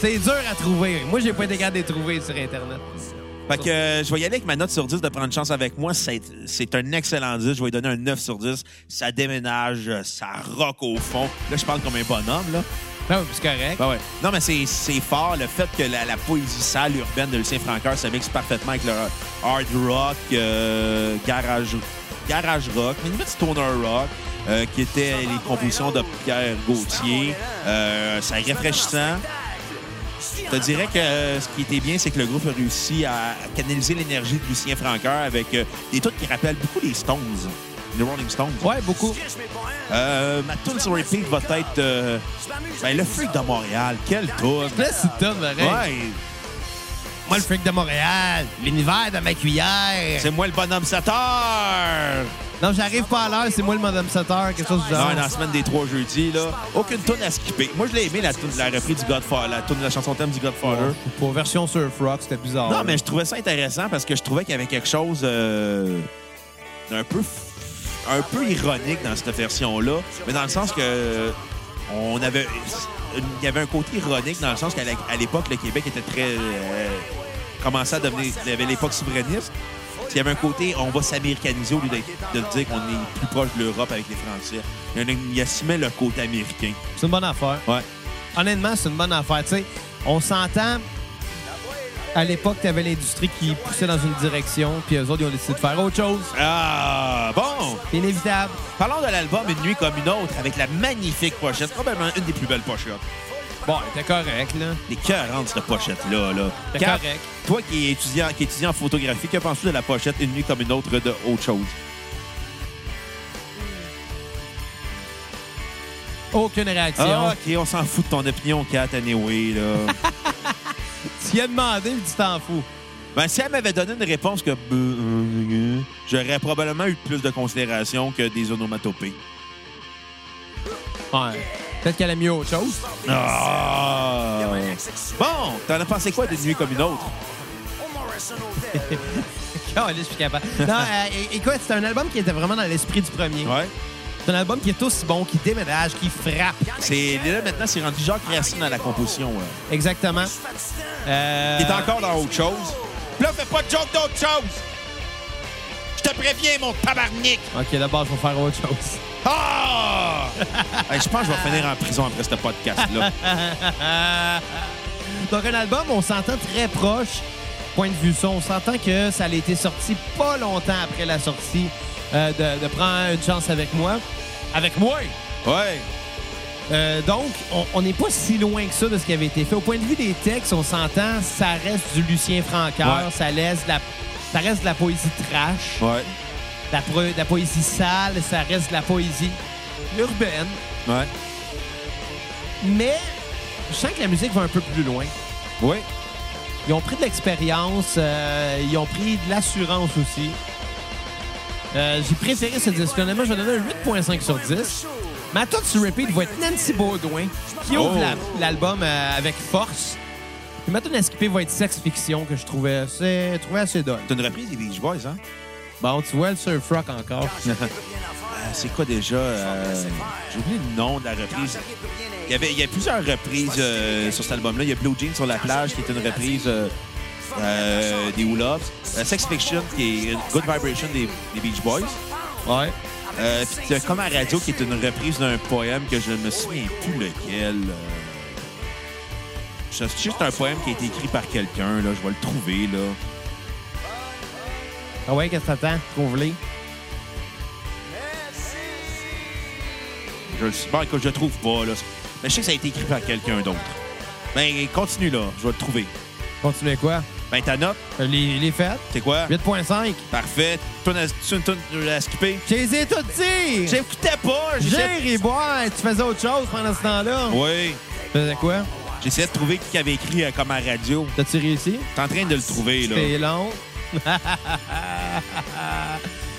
[SPEAKER 3] C'est dur à trouver. Moi, j'ai pas été capable de les trouver sur Internet.
[SPEAKER 1] Fait que euh, je vais y aller avec ma note sur 10 de prendre chance avec moi. C'est c'est un excellent 10. Je vais lui donner un 9 sur 10. Ça déménage, euh, ça rock au fond. Là, je parle comme un bonhomme, là.
[SPEAKER 3] Non, c'est correct.
[SPEAKER 1] Ben ouais. Non, mais c'est c'est fort. Le fait que la, la poésie sale urbaine de Lucien Francoeur se mixe parfaitement avec le hard rock, euh, garage, garage rock, mais une petite toner rock, euh, qui était les compositions de Pierre Gauthier. Euh, c'est réfraîchissant. Je te dirais que euh, ce qui était bien, c'est que le groupe a réussi à, à canaliser l'énergie de Lucien Francoeur avec euh, des trucs qui rappellent beaucoup les Stones, les Rolling Stones.
[SPEAKER 3] Ouais, beaucoup.
[SPEAKER 1] Euh, ma tune sur repeat va être euh, ben, le freak de Montréal. Quelle tune!
[SPEAKER 3] Là, c'est top, pareil.
[SPEAKER 1] Ouais,
[SPEAKER 3] Moi, le freak de Montréal, l'univers de ma cuillère.
[SPEAKER 1] c'est moi le bonhomme 7 heures!
[SPEAKER 3] Non, j'arrive pas à l'heure, c'est moi le Madame Sutter, quelque chose du genre.
[SPEAKER 1] Non, dans la semaine des trois jeudis, là, aucune tune à skipper. Moi, je l'ai aimé, la tune, la reprise du Godfather, la tune de la chanson thème du Godfather.
[SPEAKER 3] Pour version surf rock, c'était bizarre.
[SPEAKER 1] Non, mais je trouvais ça intéressant parce que je trouvais qu'il y avait quelque chose euh, d'un peu, f- un peu ironique dans cette version-là, mais dans le sens que euh, on avait, il y avait un côté ironique dans le sens qu'à la- à l'époque le Québec était très euh, commençait à devenir, il y avait l'époque souverainiste. Il y avait un côté, on va s'américaniser au lieu de, de dire qu'on est plus proche de l'Europe avec les Français. Il y en a- Il y assumait le côté américain.
[SPEAKER 3] C'est une bonne affaire.
[SPEAKER 1] Ouais.
[SPEAKER 3] Honnêtement, c'est une bonne affaire. Tu sais, on s'entend. À l'époque, tu avais l'industrie qui poussait dans une direction, puis eux autres, ils ont décidé de faire autre chose.
[SPEAKER 1] Ah, bon!
[SPEAKER 3] C'est inévitable.
[SPEAKER 1] Parlons de l'album Une nuit comme une autre avec la magnifique pochette, probablement une des plus belles pochettes.
[SPEAKER 3] Bon, c'était correct, là.
[SPEAKER 1] Les cœurante, cette pochette-là. Là.
[SPEAKER 3] C'est
[SPEAKER 1] Car-
[SPEAKER 3] correct.
[SPEAKER 1] Toi qui es, étudiant, qui es étudiant en photographie, que penses-tu de la pochette Une nuit comme une autre de autre chose?
[SPEAKER 3] Aucune réaction.
[SPEAKER 1] Ah, OK, on s'en fout de ton opinion, Kat, anyway. Là.
[SPEAKER 3] Tu y as demandé, puis tu t'en fous.
[SPEAKER 1] ben, si elle m'avait donné une réponse que... euh, J'aurais probablement eu plus de considération que des onomatopées.
[SPEAKER 3] Ouais. Peut-être qu'elle a mieux autre chose.
[SPEAKER 1] Ah! Bon, t'en as pensé quoi d'une nuit comme une autre?
[SPEAKER 3] Ah, là, je suis capable. Non, euh, é- écoute, c'est un album qui était vraiment dans l'esprit du premier.
[SPEAKER 1] Ouais.
[SPEAKER 3] C'est un album qui est aussi bon, qui déménage, qui frappe.
[SPEAKER 1] C'est, là, maintenant, c'est rendu Jacques Racine à la composition. ouais.
[SPEAKER 3] Exactement. Euh,
[SPEAKER 1] Il est encore dans autre chose. Là, fais pas de joke d'autre chose! Je te préviens, mon tabarnak!
[SPEAKER 3] Euh, OK, d'abord, je vais faire autre chose.
[SPEAKER 1] Ah! Hey, je pense que je vais finir en prison après ce podcast-là.
[SPEAKER 3] Donc, Euh, un album, on s'entend très proche, point de vue son. On s'entend que ça a été sorti pas longtemps après la sortie euh, de, de Prends une chance avec moi. Avec moi!
[SPEAKER 1] ouais.
[SPEAKER 3] Euh, donc, on- on n'est pas si loin que ça de ce qui avait été fait. Au point de vue des textes, on s'entend, ça reste du Lucien Francoeur,
[SPEAKER 1] Ouais.
[SPEAKER 3] ça, laisse de la, ça reste de la poésie trash,
[SPEAKER 1] Ouais.
[SPEAKER 3] de la, pro- de la poésie sale, ça reste de la poésie urbaine.
[SPEAKER 1] Ouais.
[SPEAKER 3] Mais je sens que la musique va un peu plus loin.
[SPEAKER 1] Oui.
[SPEAKER 3] Ils ont pris de l'expérience, euh, ils ont pris de l'assurance aussi. Euh, J'ai préféré ce disque-là. Moi, je vais donner un 8.5 sur 10. Ma toute sur repeat va être Nancy Baudouin, qui ouvre
[SPEAKER 1] Oh.
[SPEAKER 3] la- l'album euh, avec force. Puis ma tune à skipper va être Sex Fiction, que je trouvais assez, je trouvais assez dolle.
[SPEAKER 1] C'est une reprise des Beach Boys, hein?
[SPEAKER 3] Bon, tu vois le surf rock encore.
[SPEAKER 1] Ah, C'est quoi déjà? euh, J'ai oublié le nom de la reprise. Il y avait, il y a plusieurs reprises euh, sur cet album-là. Il y a Blue Jeans sur la plage, qui est une reprise euh, euh, des Who Loves. Euh, Sex Fiction, qui est une Good Vibration des, des Beach Boys. Ah.
[SPEAKER 3] Ouais.
[SPEAKER 1] Euh, Puis t'as Comme à Radio, qui est une reprise d'un poème que je ne me souviens plus lequel. euh. C'est juste un poème qui a été écrit par quelqu'un. là. Je vais le trouver. là.
[SPEAKER 3] Ah ouais, qu'est-ce que t'attends? Trouve-les.
[SPEAKER 1] Je le bon, écoute, je le trouve pas. Là. Mais je sais que ça a été écrit par quelqu'un d'autre. Mais continue là, je vais le trouver.
[SPEAKER 3] Continuez quoi?
[SPEAKER 1] Ben ta note,
[SPEAKER 3] Euh, Les, les fêtes?
[SPEAKER 1] c'est quoi?
[SPEAKER 3] 8.5.
[SPEAKER 1] Parfait. Tourne à, tu tu à skipper.
[SPEAKER 3] Je les ai toutes dit!
[SPEAKER 1] J'écoutais pas.
[SPEAKER 3] J'ai
[SPEAKER 1] J'essayais de-
[SPEAKER 3] ri boire! Tu faisais autre chose pendant ce temps-là?
[SPEAKER 1] Oui.
[SPEAKER 3] Tu faisais quoi?
[SPEAKER 1] J'essayais de trouver qui avait écrit euh, comme à radio.
[SPEAKER 3] T'as-tu réussi?
[SPEAKER 1] T'es en train de le trouver là.
[SPEAKER 3] C'était long.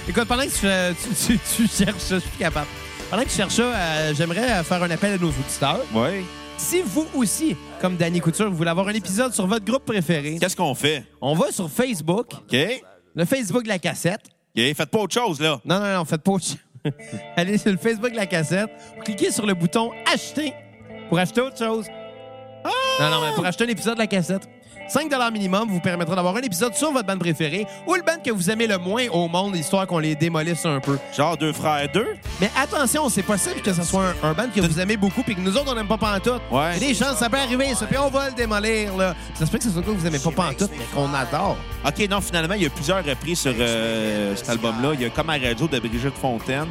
[SPEAKER 3] Écoute, pendant que tu, fais- tu, tu- tu cherches ça, je suis plus capable. Pendant que tu cherches ça, euh, j'aimerais euh, faire un appel à nos auditeurs.
[SPEAKER 1] Oui.
[SPEAKER 3] Si vous aussi, comme Danny Couture, vous voulez avoir un épisode sur votre groupe préféré,
[SPEAKER 1] Qu'est-ce qu'on fait?
[SPEAKER 3] on va sur Facebook,
[SPEAKER 1] OK?
[SPEAKER 3] le Facebook de la cassette.
[SPEAKER 1] OK, Faites pas autre chose là.
[SPEAKER 3] Non, non, non, faites pas autre chose. Allez sur le Facebook de la cassette, cliquez sur le bouton Acheter pour acheter autre chose. Non, non, mais pour acheter un épisode de la cassette. 5 minimum vous permettra d'avoir un épisode sur votre bande préférée ou le band que vous aimez le moins au monde, histoire qu'on les démolisse un peu.
[SPEAKER 1] Genre deux frères deux.
[SPEAKER 3] Mais attention, c'est possible que ce soit un, un band que vous aimez beaucoup puis que nous autres, on n'aime pas pantoute.
[SPEAKER 1] Ouais.
[SPEAKER 3] Il y a Des chances, ça peut arriver, ça, puis on va le démolir, là. Ça se peut que ce soit un gars que vous aimez pas pantoute, mais qu'on adore.
[SPEAKER 1] OK, non, finalement, il y a plusieurs reprises sur euh, cet album-là. Il y a Comme à Radio de Brigitte Fontaine.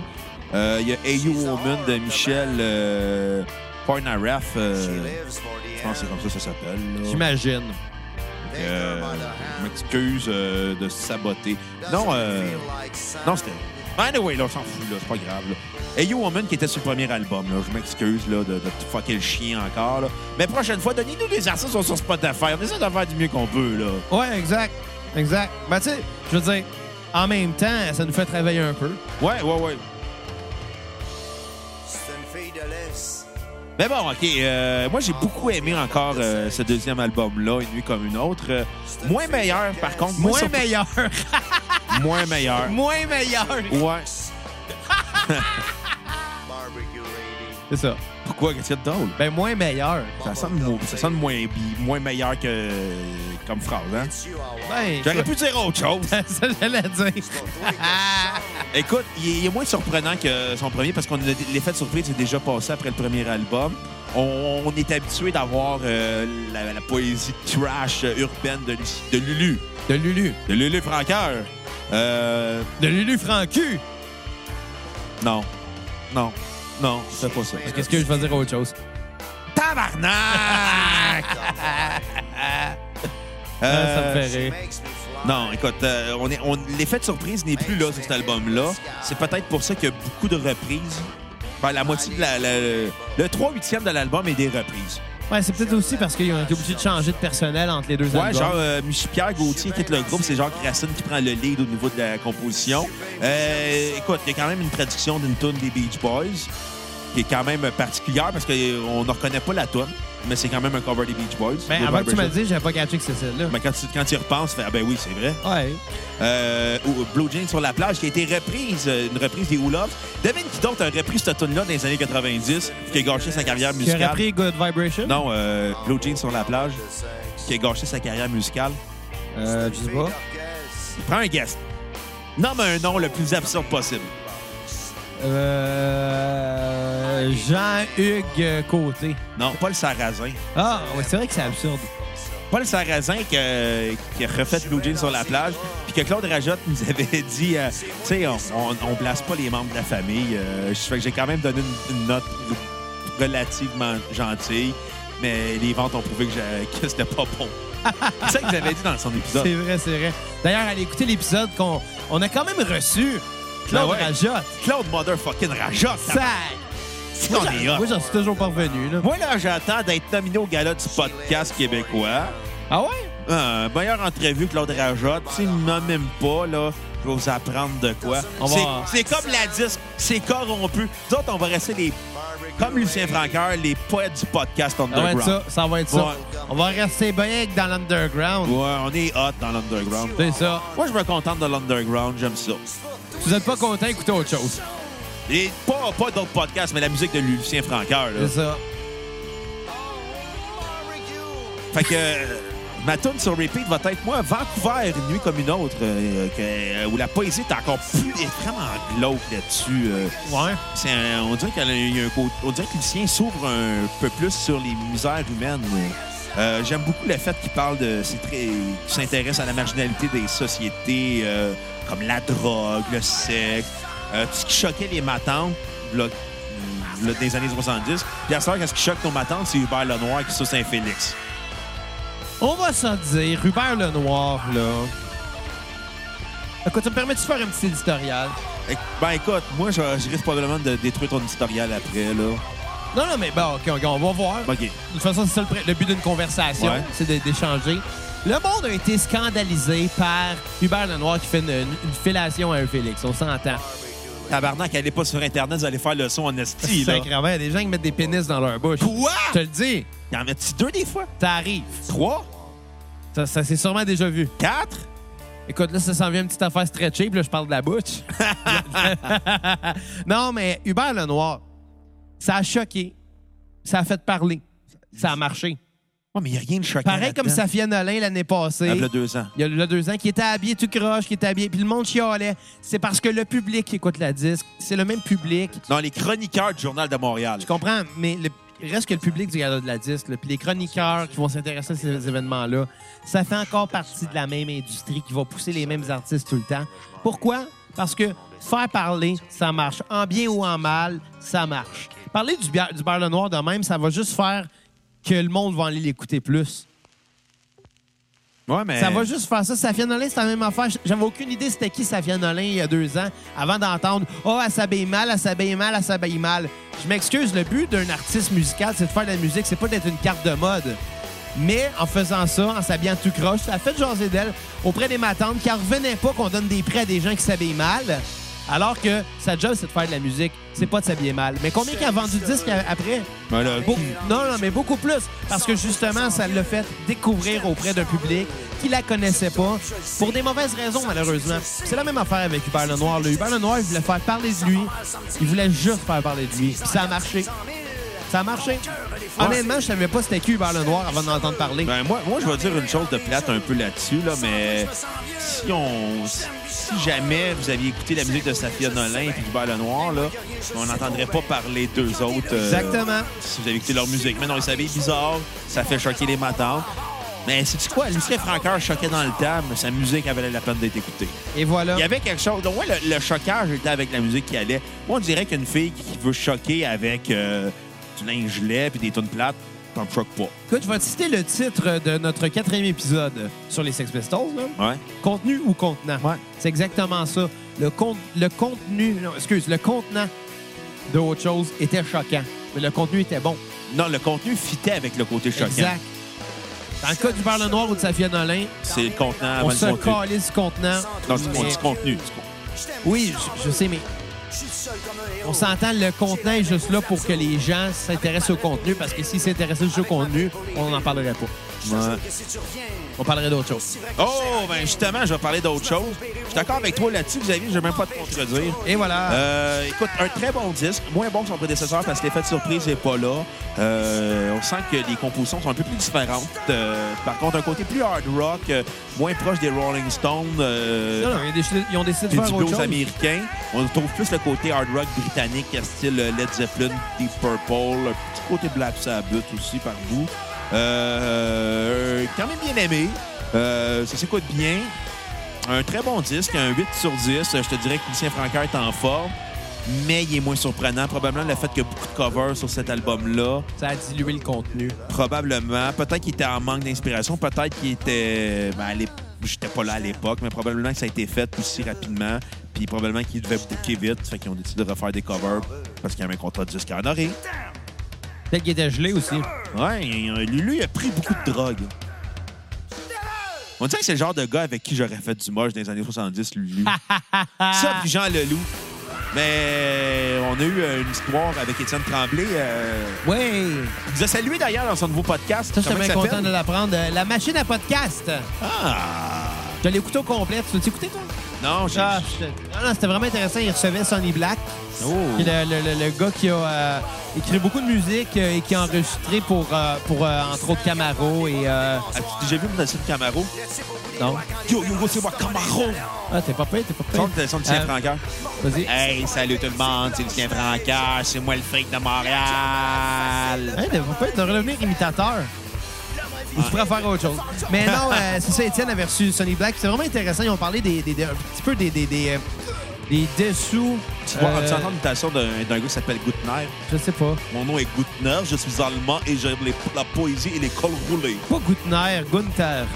[SPEAKER 1] Euh, il y a Hey You Woman de Michel euh, Pornaref. euh, je pense que c'est comme ça que ça s'appelle. là.
[SPEAKER 3] J'imagine.
[SPEAKER 1] Euh, je m'excuse euh, de saboter. Non, euh, non c'était... Anyway, là, on s'en fout, là, c'est pas grave. Là. Hey You Woman qui était sur le premier album, là, je m'excuse là, de, de te fucker le chien encore. Là. Mais prochaine fois, donnez-nous des artistes sur- sur Spotify. On essaie de faire du mieux qu'on peut. là.
[SPEAKER 3] Ouais, exact. Exact. Ben, tu sais, je veux dire, en même temps, ça nous fait travailler un peu.
[SPEAKER 1] Ouais, ouais, ouais. Mais Ben bon, OK. euh, moi, j'ai beaucoup aimé encore euh, ce deuxième album-là, Une nuit comme une autre. Euh, moins meilleur, par contre. Moi,
[SPEAKER 3] Moins
[SPEAKER 1] surpris-
[SPEAKER 3] meilleur.
[SPEAKER 1] Moins meilleur.
[SPEAKER 3] Moins meilleur.
[SPEAKER 1] Ouais.
[SPEAKER 3] C'est ça.
[SPEAKER 1] Pourquoi? Qu'est-ce qu'il y a de drôle?
[SPEAKER 3] Ben, moins meilleur.
[SPEAKER 1] Ça sonne, mo- ça sonne moins, bi- moins meilleur que comme phrase, hein?
[SPEAKER 3] Ben,
[SPEAKER 1] J'aurais pu dire autre chose.
[SPEAKER 3] ça, ça, j'allais dire.
[SPEAKER 1] Écoute, il est, il est moins surprenant que son premier parce qu'on a l'effet de surprise est déjà passé après le premier album. On, on est habitué d'avoir euh, la, la poésie trash euh, urbaine de, Lucie- de Lulu.
[SPEAKER 3] De Lulu.
[SPEAKER 1] De Lulu Francoeur. Euh,
[SPEAKER 3] De Lulu Francu.
[SPEAKER 1] non. Non. Non, c'est pas ça.
[SPEAKER 3] Qu'est-ce que je vais dire autre chose?
[SPEAKER 1] Tabarnak!
[SPEAKER 3] Ah, ça me
[SPEAKER 1] Euh,
[SPEAKER 3] fait rire.
[SPEAKER 1] Non, écoute, euh, on est, on, l'effet de surprise n'est plus là sur cet album-là. C'est peut-être pour ça qu'il y a beaucoup de reprises. Ben, la moitié de la, la- le 3 8e de l'album est des reprises.
[SPEAKER 3] Ouais, c'est peut-être aussi parce qu'ils ont été obligés de changer de personnel entre les deux
[SPEAKER 1] Ouais,
[SPEAKER 3] albums.
[SPEAKER 1] genre, euh, Michi- Pierre Gauthier quitte le groupe, c'est Jacques Racine qui prend le lead au niveau de la composition. Euh, écoute, il y a quand même une traduction d'une tune des Beach Boys qui est quand même particulière parce qu'on ne reconnaît pas la tune, mais c'est quand même un cover des Beach Boys.
[SPEAKER 3] Mais
[SPEAKER 1] Good
[SPEAKER 3] Ben, avant que tu me le
[SPEAKER 1] Vibration.
[SPEAKER 3] dises, j'avais pas catché que c'est celle-là.
[SPEAKER 1] Mais quand tu, quand tu y repenses, tu fais, ah ben oui, c'est vrai.
[SPEAKER 3] Ouais.
[SPEAKER 1] euh, ou- Blue Jeans sur la plage qui a été reprise, euh, une reprise des Hoolovs. Devine qui d'autre a repris cette tune là dans les années 90 qui a gâché sa carrière
[SPEAKER 3] Qui a
[SPEAKER 1] musicale.
[SPEAKER 3] repris Good Vibration?
[SPEAKER 1] Non, euh, Blue Jeans sur la plage qui a gâché sa carrière musicale.
[SPEAKER 3] Euh, je sais pas.
[SPEAKER 1] Prends un guest. Nomme un nom le plus absurde possible.
[SPEAKER 3] Euh, Jean-Hugues Côté.
[SPEAKER 1] Non, Paul Sarrazin.
[SPEAKER 3] Ah, ouais, c'est vrai que c'est absurde.
[SPEAKER 1] Paul Sarrazin qui a, qui a refait Blue Jeans sur la plage, puis que Claude Rajotte nous avait dit, euh, tu sais, on, on, on blâme pas les membres de la famille. Euh, je fais que j'ai quand même donné une, une note relativement gentille, mais les ventes ont prouvé que, j'ai- que c'était pas bon. c'est ça qu'ils avaient dit dans son épisode.
[SPEAKER 3] C'est vrai, c'est vrai. D'ailleurs, allez écouter l'épisode qu'on on a quand même reçu. Claude
[SPEAKER 1] Ben ouais.
[SPEAKER 3] Rajotte.
[SPEAKER 1] Claude Motherfucking Rajotte.
[SPEAKER 3] Sac!
[SPEAKER 1] c'est
[SPEAKER 3] Moi,
[SPEAKER 1] qu'on est
[SPEAKER 3] j'en-
[SPEAKER 1] hot.
[SPEAKER 3] moi, j'en suis toujours pas revenu. Là.
[SPEAKER 1] Moi, là, j'attends d'être nominé au gala du podcast québécois.
[SPEAKER 3] Ah ouais?
[SPEAKER 1] Ah, meilleure entrevue, Claude Rajotte. Tu sais, il m'en même pas, là. Je vais vous apprendre de quoi.
[SPEAKER 3] On va-
[SPEAKER 1] C'est- C'est comme la disque, c'est corrompu. Nous autres, on va rester les, comme Lucien Franqueur, les poètes du podcast
[SPEAKER 3] Ça va
[SPEAKER 1] Underground.
[SPEAKER 3] être Ah ça. Ça va être ça.
[SPEAKER 1] Ouais.
[SPEAKER 3] On va rester bien dans l'underground.
[SPEAKER 1] Ouais, on est hot dans l'Underground.
[SPEAKER 3] C'est ça.
[SPEAKER 1] Moi, je me contente de l'Underground, j'aime ça.
[SPEAKER 3] Si vous n'êtes pas content, écoutez autre chose.
[SPEAKER 1] Et pas, pas d'autres podcasts, mais la musique de Lucien Franqueur, là.
[SPEAKER 3] C'est ça.
[SPEAKER 1] Fait que euh, ma tune sur repeat va être moi Vancouver une nuit comme une autre euh, que- euh, où la poésie est encore plus est vraiment glauque là-dessus. euh.
[SPEAKER 3] Ouais.
[SPEAKER 1] C'est un- on dirait qu'elle a- il y a un côté- on dirait que Lucien s'ouvre un peu plus sur les misères humaines. Euh, J'aime beaucoup le fait qu'il parle de c'est très qu'il s'intéresse à la marginalité des sociétés euh, comme la drogue, le sexe, euh, tout ce qui choquait les matantes là, là, des années 70. Puis à ce moment, ce qui choque nos matantes, c'est Hubert Lenoir qui est sur Saint-Félix.
[SPEAKER 3] On va s'en dire. Hubert Lenoir, là. Écoute, tu me permets de faire un petit éditorial?
[SPEAKER 1] Éc- Ben écoute, moi je, je risque probablement de détruire ton éditorial après là.
[SPEAKER 3] Non, non, mais bon, OK, OK, on va voir.
[SPEAKER 1] OK.
[SPEAKER 3] De toute façon, c'est ça le, pré- le but d'une conversation,
[SPEAKER 1] Ouais.
[SPEAKER 3] c'est de- d'échanger. Le monde a été scandalisé par Hubert Lenoir qui fait une, une fellation à un Félix. On s'entend.
[SPEAKER 1] Tabarnak, allez pas sur internet, vous allez faire le son en esti là.
[SPEAKER 3] Sacrément, il y a des gens qui mettent des pénis dans leur bouche.
[SPEAKER 1] Quoi
[SPEAKER 3] Je te le dis,
[SPEAKER 1] T'en mets-tu deux des fois
[SPEAKER 3] t'arrives.
[SPEAKER 1] Trois
[SPEAKER 3] Ça, ça s'est sûrement déjà vu.
[SPEAKER 1] Quatre
[SPEAKER 3] Écoute, là, ça s'en vient une petite affaire stretchée, puis là, je parle de la bouche. non, mais Hubert Lenoir, ça a choqué. Ça a fait parler. Ça a marché.
[SPEAKER 1] Ouais, mais y a rien de choquant.
[SPEAKER 3] Pareil comme
[SPEAKER 1] là-dedans.
[SPEAKER 3] Safia Nolin l'année passée.
[SPEAKER 1] Elle a deux ans.
[SPEAKER 3] Il y a là deux ans, qui était habillé tout croche, qui était habillé. Puis le monde chialait. C'est parce que le public qui écoute la disque, c'est le même public.
[SPEAKER 1] Non, les chroniqueurs du Journal de Montréal.
[SPEAKER 3] Je comprends, mais le, il reste que le public du gala de la disque, là, puis les chroniqueurs qui vont s'intéresser à ces événements-là, ça fait encore partie de la même industrie qui va pousser les mêmes artistes tout le temps. Pourquoi? Parce que faire parler, ça marche. En bien ou en mal, ça marche. Parler du, bière- du beurre le noir de même, ça va juste faire que le monde va aller l'écouter plus.
[SPEAKER 1] Ouais, mais
[SPEAKER 3] Ça va juste faire ça. Safia Nolin, c'est la même affaire. J'avais aucune idée c'était qui Safia Nolin il y a deux ans avant d'entendre Oh, elle s'habille mal, elle s'habille mal, elle s'habille mal. Je m'excuse, le but d'un artiste musical, c'est de faire de la musique, c'est pas d'être une carte de mode. Mais en faisant ça, en s'habillant tout croche, ça a fait jaser d'elle auprès des matantes qui en revenaient pas qu'on donne des prêts à des gens qui s'habillent mal. Alors que sa job, c'est de faire de la musique, c'est pas de s'habiller mal. Mais combien qui a vendu de disques a- après?
[SPEAKER 1] Ben là,
[SPEAKER 3] Beau- non, non, mais beaucoup plus. Parce que justement, ça l'a fait découvrir auprès d'un public qui la connaissait pas pour des mauvaises raisons, malheureusement. C'est la même affaire avec Hubert Lenoir. Le Hubert Lenoir, il voulait faire parler de lui. Il voulait juste faire parler de lui. Puis ça a marché. Ça a marché.
[SPEAKER 2] Ah,
[SPEAKER 3] Honnêtement, je savais pas c'était qui Hubert Lenoir avant d'entendre parler.
[SPEAKER 1] Ben, moi, moi, je vais dire une chose de plate un peu là-dessus, là, mais si on, si jamais vous aviez écouté la musique de Safia Nolin et Hubert Lenoir, là, on n'entendrait pas parler d'eux autres. euh,
[SPEAKER 3] Exactement.
[SPEAKER 1] Si vous avez écouté leur musique. Mais non, ils s'habillent bizarre, ça fait choquer les matantes. Mais c'est quoi? Lucien Franqueur choquait dans le temps, mais sa musique avait la peine d'être écoutée.
[SPEAKER 3] Et voilà.
[SPEAKER 1] Il y avait quelque chose. Donc, ouais, le, le choquage était avec la musique qui allait. Moi, on dirait qu'une fille qui veut choquer avec euh, du linge lait puis des tonnes plates, t'en choque pas.
[SPEAKER 3] Écoute, je vais te citer le titre de notre quatrième épisode sur les Sex Pistols. là.
[SPEAKER 1] Ouais.
[SPEAKER 3] Contenu ou contenant?
[SPEAKER 1] Ouais.
[SPEAKER 3] C'est exactement ça. Le, con- le contenu, non, excuse, le contenant de autre chose était choquant, mais le contenu était bon.
[SPEAKER 1] Non, le contenu fitait avec le côté choquant.
[SPEAKER 3] Exact. Dans le cas du Barle Noir ou de Safia Nolin,
[SPEAKER 1] C'est le contenant avant
[SPEAKER 3] on
[SPEAKER 1] Ah, le
[SPEAKER 3] se
[SPEAKER 1] contenu.
[SPEAKER 3] calisse du contenant.
[SPEAKER 1] Non, c'est on dit contenu.
[SPEAKER 3] Oui, je, je sais, mais on s'entend, le contenant est juste là pour que les gens s'intéressent au contenu, parce que s'ils s'intéressaient juste au contenu, on n'en parlerait pas.
[SPEAKER 1] Ouais.
[SPEAKER 3] On parlerait d'autre chose.
[SPEAKER 1] Oh, ben justement, je vais parler d'autre chose. Je suis d'accord avec toi là-dessus, Xavier, je vais même pas te contredire.
[SPEAKER 3] Et voilà.
[SPEAKER 1] Euh, écoute, un très bon disque, moins bon que son prédécesseur parce que l'effet de surprise n'est pas là. Euh, on sent que les compositions sont un peu plus différentes. Euh, par contre, un côté plus hard rock, euh, moins proche des Rolling Stones. euh,
[SPEAKER 3] Non, non, ils ont décidé- ils ont décidé
[SPEAKER 1] c'est
[SPEAKER 3] de
[SPEAKER 1] du
[SPEAKER 3] faire autre
[SPEAKER 1] blues
[SPEAKER 3] chose.
[SPEAKER 1] américain. On trouve plus le côté hard rock britannique, euh, style euh, Led Zeppelin, Deep Purple, un petit côté Black Sabbath aussi par bout. Euh, quand même bien aimé. Euh, ça s'écoute bien. Un très bon disque, un 8 sur 10. Euh, Je te dirais que Lucien Francaire est en forme, mais il est moins surprenant. Probablement le fait qu'il y a beaucoup de covers sur cet album-là.
[SPEAKER 3] Ça a dilué le contenu.
[SPEAKER 1] Probablement. Peut-être qu'il était en manque d'inspiration. Peut-être qu'il était. Ben, à l'ép- J'étais pas là à l'époque, mais probablement que ça a été fait aussi rapidement. Puis probablement qu'ils devaient bouquer vite. Fait qu'ils ont décidé de refaire des covers parce qu'il y avait un contrat de disque à honorer.
[SPEAKER 3] Peut-être qu'il était gelé aussi.
[SPEAKER 1] Ouais, et, euh, Lulu a pris beaucoup de drogue. On dirait que c'est le genre de gars avec qui j'aurais fait du moche dans les années 70, lui. ça, puis Jean Leloup. Mais on a eu euh, une histoire avec Étienne Tremblay. euh,
[SPEAKER 3] Oui.
[SPEAKER 1] il nous a salué d'ailleurs dans son nouveau podcast.
[SPEAKER 3] Ça, j'étais
[SPEAKER 1] Comment il
[SPEAKER 3] bien
[SPEAKER 1] s'appelle?
[SPEAKER 3] content de l'apprendre. Euh, La machine à podcast.
[SPEAKER 1] Ah!
[SPEAKER 3] Je l'ai écouté au complet. Tu l'as écouté, toi?
[SPEAKER 1] Non, j'ai.
[SPEAKER 3] Ah, je- non, non, c'était vraiment intéressant. Il recevait Sonny Black,
[SPEAKER 1] Oh.
[SPEAKER 3] qui est le, le- le- le gars qui a euh, écrit beaucoup de musique euh, et qui a enregistré pour, euh, pour euh, entre autres, Camaro et... euh,
[SPEAKER 1] As-tu Ah, déjà vu Monsieur Camaro?
[SPEAKER 3] Non.
[SPEAKER 1] Yo, yo, go, c'est moi, Camaro!
[SPEAKER 3] Ah, t'es pas payé, t'es pas
[SPEAKER 1] Son de, son de Lucien
[SPEAKER 3] Euh,
[SPEAKER 1] Francaire.
[SPEAKER 3] Vas-y.
[SPEAKER 1] Hey, salut tout le monde, c'est Lucien Francaire, c'est moi le freak de Montréal.
[SPEAKER 3] Hey, t'es pas payé, devrais devenir imitateur. Ou tu pourrais faire autre chose. Mais non, euh, c'est ça, Étienne avait reçu Sonny Black. C'est vraiment intéressant. Ils ont parlé des, des- des- un petit peu des, des, des, euh, des dessous.
[SPEAKER 1] Tu vois,
[SPEAKER 3] euh,
[SPEAKER 1] tu entends une imitation d'un d'un gars qui s'appelle Goutner.
[SPEAKER 3] Je sais pas.
[SPEAKER 1] Mon nom est Goutner, je suis allemand et j'aime les- la poésie et les cols roulés.
[SPEAKER 3] Pas Guttner, Gunther.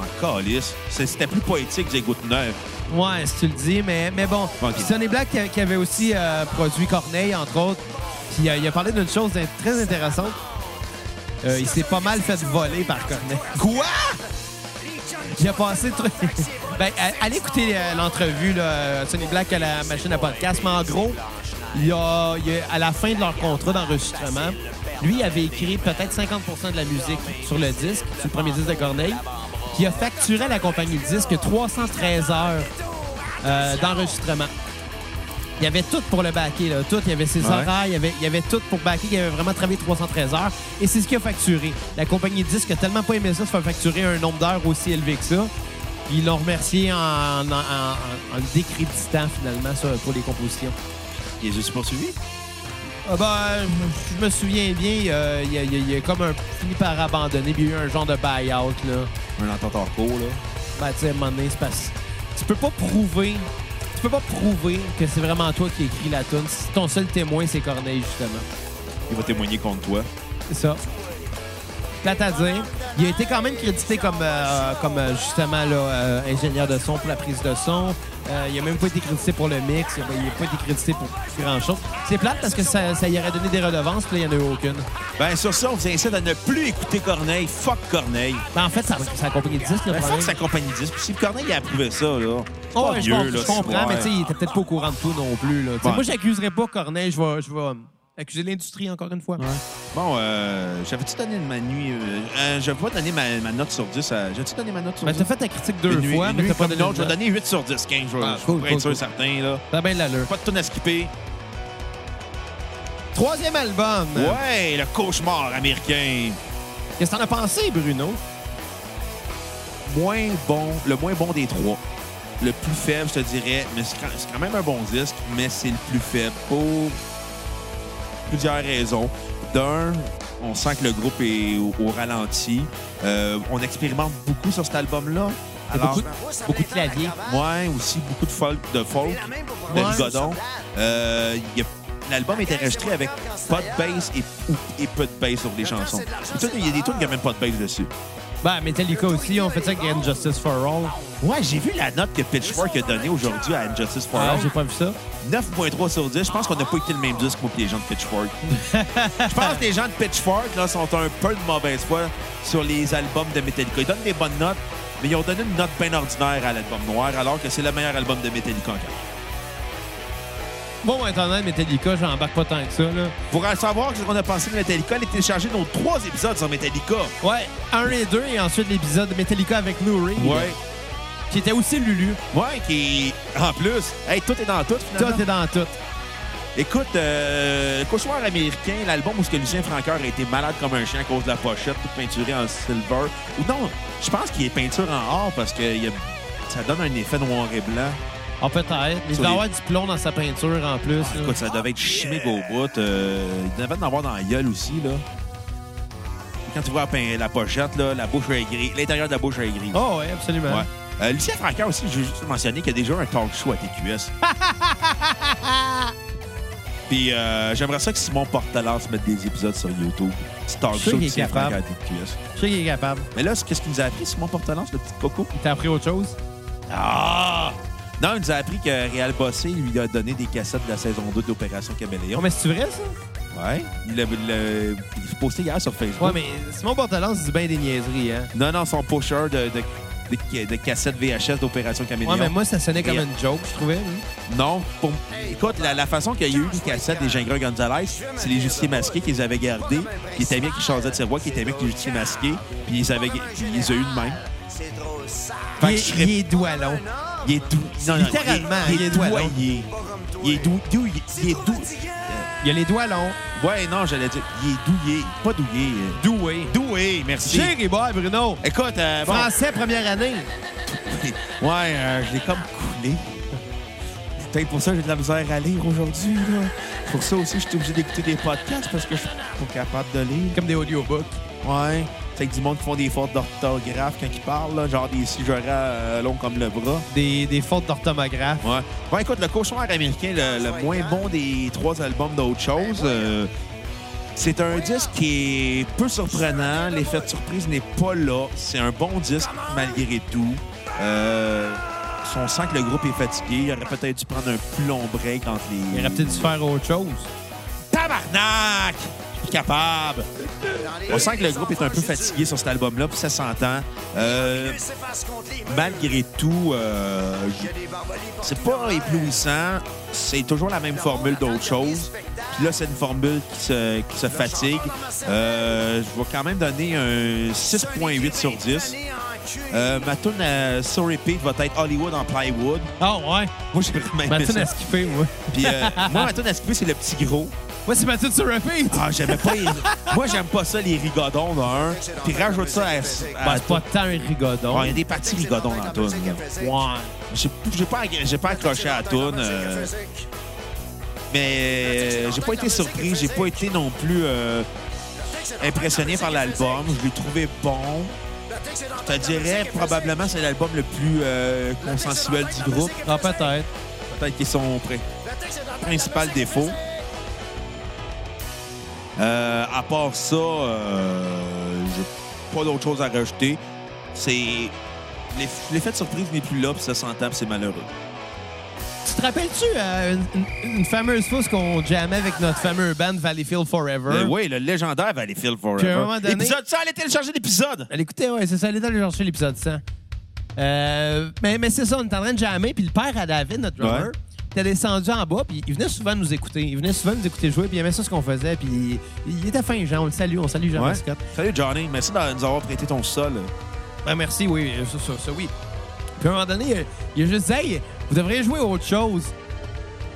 [SPEAKER 1] Ah, calice. C'est- C'était plus poétique, j'ai Goutner.
[SPEAKER 3] Ouais, si tu le dis, mais, mais bon.
[SPEAKER 1] Ok.
[SPEAKER 3] Puis Sonny Black qui, a- qui avait aussi euh, produit Corneille, entre autres. Puis euh, il a parlé d'une chose d'in- très intéressante. Euh, il s'est pas mal fait voler par Corneille.
[SPEAKER 1] Quoi?
[SPEAKER 3] Il a passé... tr- ben, à- allez écouter euh, l'entrevue, là, euh, Sonny Black à la machine à podcast. Mais en gros, il a, il a- à la fin de leur contrat d'enregistrement, lui il avait écrit peut-être 50 de la musique sur le disque, sur le premier disque de Corneille. Puis il a facturé à la compagnie de disque 313 heures euh, d'enregistrement. Il y avait tout pour le baquer, là, tout. Il y avait ses
[SPEAKER 1] Ouais.
[SPEAKER 3] horaires, il y avait, il y avait tout pour baquer. Il avait vraiment travaillé 313 heures. Et c'est ce qu'il a facturé. La compagnie de disque a tellement pas aimé ça, se faire facturer un nombre d'heures aussi élevé que ça. Puis ils l'ont remercié en, en, en- en- en le décréditant, finalement, ça, pour les compositions.
[SPEAKER 1] Il est juste poursuivi?
[SPEAKER 3] Ah ben, je- je me souviens bien, euh, il, a, il a- il a comme un, fini par abandonner, puis il y a eu un genre de buy-out, là.
[SPEAKER 1] Un entente en cours, là.
[SPEAKER 3] Ben, tu sais, à un moment donné, c'est parce tu peux pas prouver... Tu peux pas prouver que c'est vraiment toi qui écris la tune si ton seul témoin, c'est Corneille, justement.
[SPEAKER 1] Il va témoigner contre toi.
[SPEAKER 3] C'est ça. Plate à dire. Il a été quand même crédité comme, euh, comme euh, justement là, euh, ingénieur de son pour la prise de son. Euh, il a même pas été crédité pour le mix. Il n'a pas été crédité pour grand-chose. C'est plate parce que ça, ça y aurait donné des redevances, puis là, il n'y en a eu aucune.
[SPEAKER 1] Ben, sur ça, on vous incite à ne plus écouter Corneille. Fuck Corneille.
[SPEAKER 3] Ben, en fait, ça, ça a compris 10, le
[SPEAKER 1] Ben, fuck
[SPEAKER 3] problème.
[SPEAKER 1] sa compagnie disque. Si Corneille, il a approuvé ça, là.
[SPEAKER 3] Oh,
[SPEAKER 1] Pas
[SPEAKER 3] ouais, je,
[SPEAKER 1] vieux,
[SPEAKER 3] pense-
[SPEAKER 1] là,
[SPEAKER 3] je
[SPEAKER 1] ce
[SPEAKER 3] comprends,
[SPEAKER 1] soir.
[SPEAKER 3] mais tu sais, il était peut-être pas au courant de tout non plus. Là. Tu sais,
[SPEAKER 1] Ouais.
[SPEAKER 3] Moi, j'accuserais pas Corneille. Je vais, je vais accuser l'industrie encore une fois.
[SPEAKER 1] Bon, euh, j'avais-tu donné de ma nuit? euh, euh, je vais pas donner ma, ma note sur 10. à- J'avais-tu donné ma note sur
[SPEAKER 3] Ben,
[SPEAKER 1] 10?
[SPEAKER 3] t'as fait ta critique deux
[SPEAKER 1] Une nuit-
[SPEAKER 3] fois,
[SPEAKER 1] une
[SPEAKER 3] mais
[SPEAKER 1] nuit
[SPEAKER 3] t'as pas
[SPEAKER 1] comme
[SPEAKER 3] donné. Ben,
[SPEAKER 1] une autre, Je
[SPEAKER 3] de
[SPEAKER 1] vais
[SPEAKER 3] note.
[SPEAKER 1] donner 8 sur 10, 15. Je vais
[SPEAKER 3] Ah,
[SPEAKER 1] je
[SPEAKER 3] cool,
[SPEAKER 1] vais
[SPEAKER 3] cool,
[SPEAKER 1] être sûr
[SPEAKER 3] cool.
[SPEAKER 1] et certain, là.
[SPEAKER 3] T'as bien de l'allure.
[SPEAKER 1] Pas de tonne à skipper.
[SPEAKER 3] Troisième album.
[SPEAKER 1] Ouais, le cauchemar américain.
[SPEAKER 3] Qu'est-ce que t'en as pensé, Bruno?
[SPEAKER 1] Moins bon, le moins bon des trois. Le plus faible, je te dirais, mais c'est quand, c'est quand même un bon disque, mais c'est le plus faible pour plusieurs raisons. D'un, on sent que le groupe est au, au ralenti. Euh, on expérimente beaucoup sur cet album-là.
[SPEAKER 3] Il y a
[SPEAKER 1] Alors,
[SPEAKER 3] beaucoup de- Beaucoup de claviers.
[SPEAKER 1] ouais, aussi beaucoup de folk, de folk. de
[SPEAKER 3] Ouais.
[SPEAKER 1] Rigodon. Euh, y a- L'album est enregistré avec pas de bass et, ou- et peu de bass sur les chansons. Tu sais, Il y a des tunes qui n'ont même pas de bass dessus.
[SPEAKER 3] Ben, Metallica aussi, on fait ça avec Grand Justice for All.
[SPEAKER 1] Ouais, j'ai vu la note que Pitchfork a donnée aujourd'hui à Injustice for
[SPEAKER 3] Ah,
[SPEAKER 1] All.
[SPEAKER 3] j'ai pas vu ça.
[SPEAKER 1] 9.3 sur 10. Je pense qu'on n'a pas écouté le même disque, moi, que les gens de Pitchfork. Je pense que les gens de Pitchfork là, sont un peu de mauvaise foi sur les albums de Metallica. Ils donnent des bonnes notes, mais ils ont donné une note bien ordinaire à l'album noir, alors que c'est le meilleur album de Metallica encore.
[SPEAKER 3] Bon, internet, Metallica, j'embarque pas tant que ça, là.
[SPEAKER 1] Pour en savoir ce qu'on a pensé de Metallica, allez télécharger nos trois épisodes sur Metallica.
[SPEAKER 3] Ouais, un et deux, et ensuite l'épisode de Metallica avec Lou Reed,
[SPEAKER 1] Ouais.
[SPEAKER 3] qui était aussi Lulu.
[SPEAKER 1] Ouais, qui. En plus, hey, tout est dans tout, finalement.
[SPEAKER 3] Tout est dans tout.
[SPEAKER 1] Écoute, euh, Cauchemar américain, l'album où ce que Lucien Francoeur a été malade comme un chien à cause de la pochette, tout peinturé en silver. Ou non, je pense qu'il est peinture en or parce que il y a- ça donne un effet noir et blanc.
[SPEAKER 3] Ah, peut-être. Mais il
[SPEAKER 1] Sur
[SPEAKER 3] doit
[SPEAKER 1] les- Ah,
[SPEAKER 3] avoir du plomb dans sa peinture, en plus. là.
[SPEAKER 1] Écoute, ça devait être chimique au bout. euh, il devait en avoir dans la gueule aussi, là. Quand tu vois la pein- la pochette, là, la bouche est grise. L'intérieur de la bouche est gris.
[SPEAKER 3] Oh, ouais, absolument.
[SPEAKER 1] Ouais. Euh, Lucien Francaire aussi, je veux juste mentionner qu'il y a déjà eu un talk show à TQS. Puis euh, j'aimerais ça que Simon Portalance mette des épisodes sur YouTube. C'est talk
[SPEAKER 3] Je suis
[SPEAKER 1] show de
[SPEAKER 3] qu'il est
[SPEAKER 1] Lucien
[SPEAKER 3] capable.
[SPEAKER 1] Francaire à TQS.
[SPEAKER 3] Je sais qu'il est capable.
[SPEAKER 1] Mais là, c'est- qu'est-ce qu'il nous a appris, Simon Portalance, le petit coco?
[SPEAKER 3] Il t'a appris autre chose?
[SPEAKER 1] Ah! Non, il nous a appris que Réal Bossé lui a donné des cassettes de la saison 2 d'Opération Caméléon.
[SPEAKER 3] Non, mais c'est vrai, ça?
[SPEAKER 1] Ouais. Il l'a il l'a- il l'a posté hier sur Facebook.
[SPEAKER 3] Ouais, mais Simon Bortalance dit bien des niaiseries, hein.
[SPEAKER 1] Non, non, son pusher de, de des, des cassettes VHS d'Opération Caméléon.
[SPEAKER 3] Ouais, mais moi, ça sonnait comme
[SPEAKER 1] Et-
[SPEAKER 3] une joke, je trouvais. oui.
[SPEAKER 1] Non. Pour... Écoute, la, la façon qu'il y a eu une cassette des Gingras Gonzalez, c'est les justiciers masqués qu'ils avaient gardés, qui étaient bien qui changeaient de ses voix, qui étaient bien que les justiciers masqués, puis ils avaient puis ils les ont eu de même.
[SPEAKER 2] C'est trop sale.
[SPEAKER 1] Fait que
[SPEAKER 3] Il,
[SPEAKER 1] je
[SPEAKER 3] est-
[SPEAKER 1] serais-
[SPEAKER 3] il est doualon.
[SPEAKER 1] Il est doux. Non, non,
[SPEAKER 3] Littéralement,
[SPEAKER 1] il est, il est
[SPEAKER 3] il est doigt long.
[SPEAKER 1] douanier. Il est doux. doux- il- il est doux.
[SPEAKER 3] Il a les doigts longs.
[SPEAKER 1] Ouais, non, j'allais dire. Il est douillé. Pas douillé. euh,
[SPEAKER 3] Doué.
[SPEAKER 1] Doué, merci.
[SPEAKER 3] Chérie, boy, Bruno.
[SPEAKER 1] Écoute, euh, bon.
[SPEAKER 3] Français, première année.
[SPEAKER 1] Ouais, euh, je l'ai comme coulé. C'est Peut-être pour ça que j'ai de la misère à lire aujourd'hui. là. Pour ça aussi, je suis obligé d'écouter des podcasts parce que je suis pas capable de lire.
[SPEAKER 3] Comme des audiobooks.
[SPEAKER 1] Ouais. C'est avec du monde qui font des fautes d'orthographe quand ils parlent, là, genre des sigerats euh, longs comme le bras.
[SPEAKER 3] Des, des fautes d'orthomographe.
[SPEAKER 1] Ouais. Bon, écoute, le cauchemar américain, le, le moins bon des trois albums d'autre chose. euh, c'est un disque qui est peu surprenant. L'effet de surprise n'est pas là. C'est un bon disque malgré tout. Euh, on sent que le groupe est fatigué. Il aurait peut-être dû prendre un plus long break entre les.
[SPEAKER 3] Il aurait peut-être dû faire autre chose.
[SPEAKER 1] Tabarnak! Je suis Capable! On sent que le groupe est un peu fatigué sur cet album-là, puis ça s'entend. Euh, malgré tout, euh, je- c'est pas éblouissant. C'est toujours la même formule d'autre chose. Puis là, c'est une formule qui se, qui se fatigue. Euh, je vais quand même donner un 6.8 sur 10. Euh, ma tune à sur repeat va être Hollywood en plywood.
[SPEAKER 3] Ah, ouais.
[SPEAKER 1] Moi, j'ai vraiment aimé
[SPEAKER 3] Mathilde
[SPEAKER 1] ça.
[SPEAKER 3] a skippé, moi.
[SPEAKER 1] Puis, euh, moi, ma tune à skipper, c'est le petit gros.
[SPEAKER 3] Moi, c'est Mathilde sur repeat.
[SPEAKER 1] Ah, j'aimais pas les... Moi, j'aime pas ça, les rigodons d'un. Puis rajoute ça à...
[SPEAKER 3] Ben,
[SPEAKER 1] à-
[SPEAKER 3] c'est pas tant un rigodon.
[SPEAKER 1] Ah, Il y a des parties rigodons dans la toune. là.
[SPEAKER 3] Ouais.
[SPEAKER 1] J'ai j'ai pas, j'ai pas accroché à la toune. euh, mais euh, j'ai pas été surpris. J'ai pas été non plus euh, impressionné par l'album. Je l'ai trouvé bon. Je te dirais probablement c'est l'album le plus euh, consensuel du groupe.
[SPEAKER 3] Ah, peut-être.
[SPEAKER 1] Peut-être qu'ils sont prêts. principal défaut. Euh, à part ça, euh, j'ai pas d'autre chose à rajouter. C'est. l'eff- L'effet de surprise n'est plus là, puis ça s'entend, puis c'est malheureux.
[SPEAKER 3] Tu te rappelles-tu euh, une, une- une fameuse fois qu'on jammait avec notre fameux band Valleyfield Forever?
[SPEAKER 1] Mais Euh, oui, le légendaire Valleyfield Forever.
[SPEAKER 3] Hein? Puis à un moment donné-
[SPEAKER 1] Épisode 100, allez télécharger l'épisode!
[SPEAKER 3] Elle écoutait, ouais, c'est ça. Elle est allée chercher l'épisode 100. Euh, mais mais c'est ça, on était en train de jammer, puis le père à David, notre drummer,
[SPEAKER 1] Ouais.
[SPEAKER 3] était descendu en bas, puis il venait souvent nous écouter. Il venait souvent nous écouter jouer, puis il aimait ça ce qu'on faisait, puis il était fin, Jean. On le salue, on salue Jean
[SPEAKER 1] Ouais.
[SPEAKER 3] Mascotte.
[SPEAKER 1] Salut Johnny, merci de nous avoir prêté ton sol.
[SPEAKER 3] Ben, merci, oui, euh, ça, ça, ça, oui. Puis à un moment donné, euh, il a juste dit, hey, vous devriez jouer autre chose.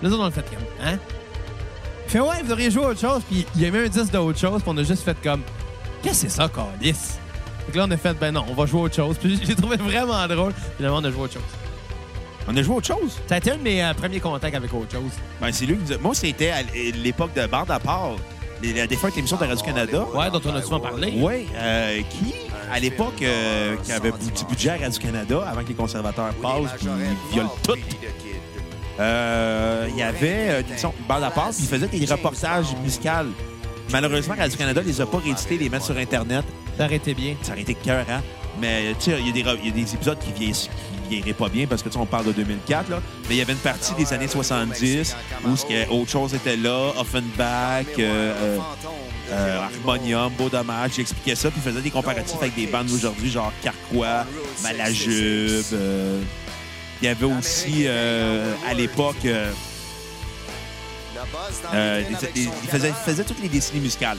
[SPEAKER 3] Là, on a fait comme, hein? Il fait, ouais, vous devriez jouer autre chose. Puis il a mis un disque d'autre chose, puis on a juste fait comme, qu'est-ce que c'est ça, Calis? Fait que là, on a fait, ben non, on va jouer autre chose. Puis j'ai trouvé vraiment drôle. Finalement, on a joué autre chose.
[SPEAKER 1] On a joué autre chose?
[SPEAKER 3] Ça a été un de mes euh, premiers contacts avec autre chose.
[SPEAKER 1] Ben, c'est lui qui nous a- Moi, c'était à l'époque de Bande à part, les- la défunte émission de Radio-Canada.
[SPEAKER 3] Ouais, dont on a souvent parlé.
[SPEAKER 1] Oui, euh, qui, à l'époque, euh, qui avait du petit budget à Radio-Canada, avant que les conservateurs passent puis ils violent tout, euh, il y avait euh, une émission Bande à part, puis ils faisaient des reportages musicaux. Malheureusement, Radio-Canada les a pas réédités, les mettre sur Internet.
[SPEAKER 3] Ça aurait été bien.
[SPEAKER 1] Ça aurait été cœur, hein? Mais tu sais, il y, a des re- il y a des épisodes qui vieillissent qui vieilliraient pas bien parce que tu sais, on parle de 2004, là. Mais il y avait une partie des années 70 où ce que- autre chose était là, Offenbach, euh, euh, euh, Harmonium, Beau Dommage. J'expliquais ça, puis faisais des comparatifs avec des bandes d'aujourd'hui, genre Carquois, Malajube. euh. Il y avait aussi, euh, à l'époque, euh, euh, des- des- il faisait, il faisait toutes les décennies musicales.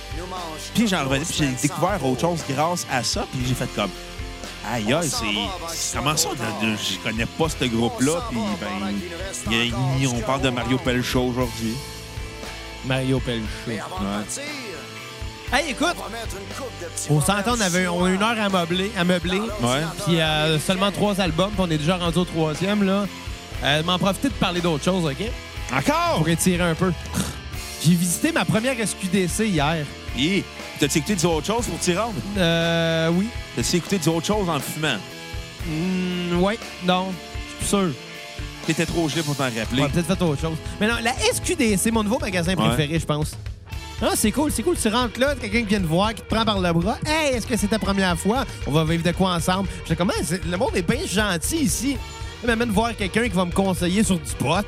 [SPEAKER 1] Puis j'en revenais, puis j'ai découvert autre chose grâce à ça, puis j'ai fait comme. Aïe, aïe, c'est- c'est. Comment ça? de- de- Je connais pas ce groupe-là, puis ben. il y a- on parle de Mario Pelchot aujourd'hui.
[SPEAKER 3] Mario Pelchou. Hey, écoute, on s'entend, on avait on a une heure à meubler. À meubler.
[SPEAKER 1] Ouais.
[SPEAKER 3] Puis euh, seulement trois albums, puis on est déjà rendu au troisième, là. Euh, M'en profiter de parler d'autre chose, OK?
[SPEAKER 1] Encore!
[SPEAKER 3] Pour étirer un peu. J'ai visité ma première SQDC hier.
[SPEAKER 1] Hé! T'as-tu écouté des autres choses pour t'y rendre?
[SPEAKER 3] Euh, oui.
[SPEAKER 1] T'as-tu écouté des autres choses en fumant?
[SPEAKER 3] Hmm, ouais, non. Je suis sûr.
[SPEAKER 1] T'étais trop gelé pour t'en
[SPEAKER 3] On
[SPEAKER 1] rappeler.
[SPEAKER 3] va peut-être fait autre chose. Mais non, la SQDC, mon nouveau magasin préféré, je pense. Ah, c'est cool, c'est cool. Tu rentres là, quelqu'un qui vient te voir, qui te prend par le bras. Hey, est-ce que c'est ta première fois? On va vivre de quoi ensemble? Je sais comment? Le monde est bien gentil ici. Il m'amène voir quelqu'un qui va me conseiller sur du pot.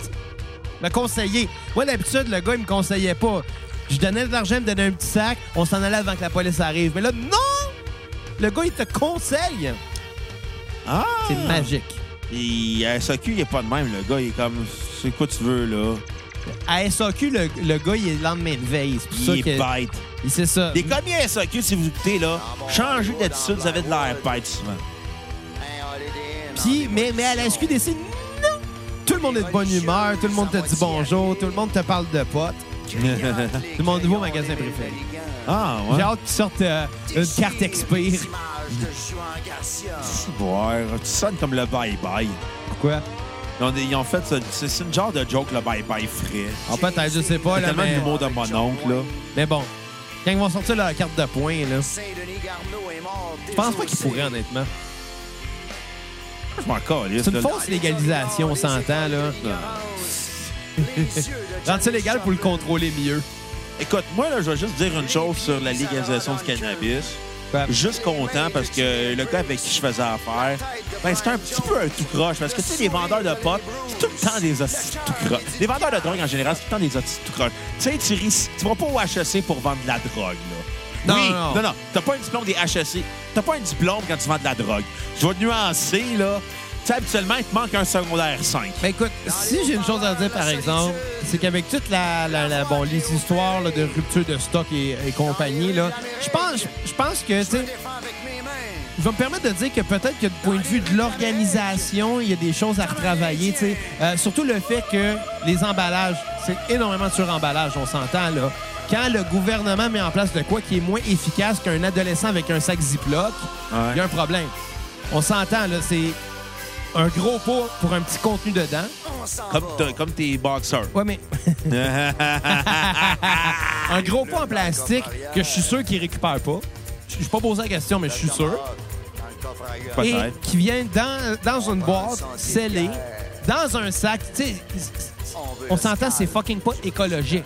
[SPEAKER 3] Me conseiller. Moi, d'habitude, le gars, il me conseillait pas. Je donnais de l'argent, il me donnait un petit sac. On s'en allait avant que la police arrive. Mais là, non! Le gars, il te conseille.
[SPEAKER 1] Ah!
[SPEAKER 3] C'est magique.
[SPEAKER 1] Et à SAQ, il n'y a pas de même. Le gars, il est comme, c'est quoi tu veux, là?
[SPEAKER 3] À SAQ, le, le gars, il est le lendemain de veille. C'est pour ça
[SPEAKER 1] Il est
[SPEAKER 3] que.
[SPEAKER 1] bête.
[SPEAKER 3] Il- C'est ça.
[SPEAKER 1] Des commis à SAQ, si vous écoutez, là, changez d'attitude, vous avez de l'air bête souvent.
[SPEAKER 3] Puis, mais, mais à la SQDC, non! Tout le monde est de bonne humeur, tout le monde te dit bonjour, tout le monde te parle de potes.
[SPEAKER 4] C'est mon nouveau magasin préféré.
[SPEAKER 1] Ah,
[SPEAKER 3] J'ai
[SPEAKER 1] ouais.
[SPEAKER 3] hâte qu'ils sortent euh, une carte expire.
[SPEAKER 1] Ouais, tu sonnes comme le bye-bye.
[SPEAKER 3] Pourquoi?
[SPEAKER 1] Ils ont, des- ils ont fait ça. C'est c'est une genre de joke, le bye-bye frais. Ah,
[SPEAKER 3] En peut-être, je sais pas,
[SPEAKER 1] C'est
[SPEAKER 3] là,
[SPEAKER 1] tellement
[SPEAKER 3] mais,
[SPEAKER 1] l'humour de mon oncle, là.
[SPEAKER 3] mais bon. Quand ils vont sortir leur carte de points, là,
[SPEAKER 4] Je
[SPEAKER 3] je pense pas qu'ils pourraient, honnêtement.
[SPEAKER 1] Je m'en calisse.
[SPEAKER 3] C'est une
[SPEAKER 1] là.
[SPEAKER 3] fausse légalisation, on s'entend, là. Rendre ça légal pour le contrôler mieux.
[SPEAKER 1] Écoute, moi, là, je vais juste dire une chose sur la légalisation du cannabis.
[SPEAKER 3] Ouais.
[SPEAKER 1] Juste content parce que le gars avec qui je faisais affaire, ben, c'était un petit peu un tout croche. Parce que, tu sais, les vendeurs de potes, c'est tout le temps des hosties de tout croche. Les vendeurs de drogue, en général, c'est tout le temps des hosties de tout croche. Tu sais, tu, ris- tu vas pas au HEC pour vendre de la drogue, là.
[SPEAKER 3] Non,
[SPEAKER 1] oui,
[SPEAKER 3] non, non.
[SPEAKER 1] non, T'as pas un diplôme des HEC. T'as pas un diplôme quand tu vends de la drogue. Je vais nuancer, là. Tu sais, habituellement, il te manque un secondaire 5.
[SPEAKER 3] Ben écoute, si j'ai une chose à dire, par exemple, c'est qu'avec toute la, la- la- bon, les histoires là, de rupture de stock et, et compagnie, là, je pense, je pense que, tu sais, Je vais me permettre de dire que peut-être que du point de vue de l'organisation, il y a des choses à retravailler. tu sais. Euh, surtout le fait que les emballages, c'est énormément de sur-emballage, on s'entend là. Quand le gouvernement met en place de quoi qui est moins efficace qu'un adolescent avec un sac Ziploc, il y a un problème. On s'entend là, c'est un gros pot pour un petit contenu dedans.
[SPEAKER 1] Comme, t'as- comme tes boxeurs.
[SPEAKER 3] Ouais, mais un gros pot en plastique que je suis sûr qu'il récupère pas. Je je suis pas posé la question, mais je suis sûr. et
[SPEAKER 1] Peut-être.
[SPEAKER 3] qui vient dans, dans une boîte scellée, dans un sac. Tu sais, on s'entend, c'est fucking pas écologique.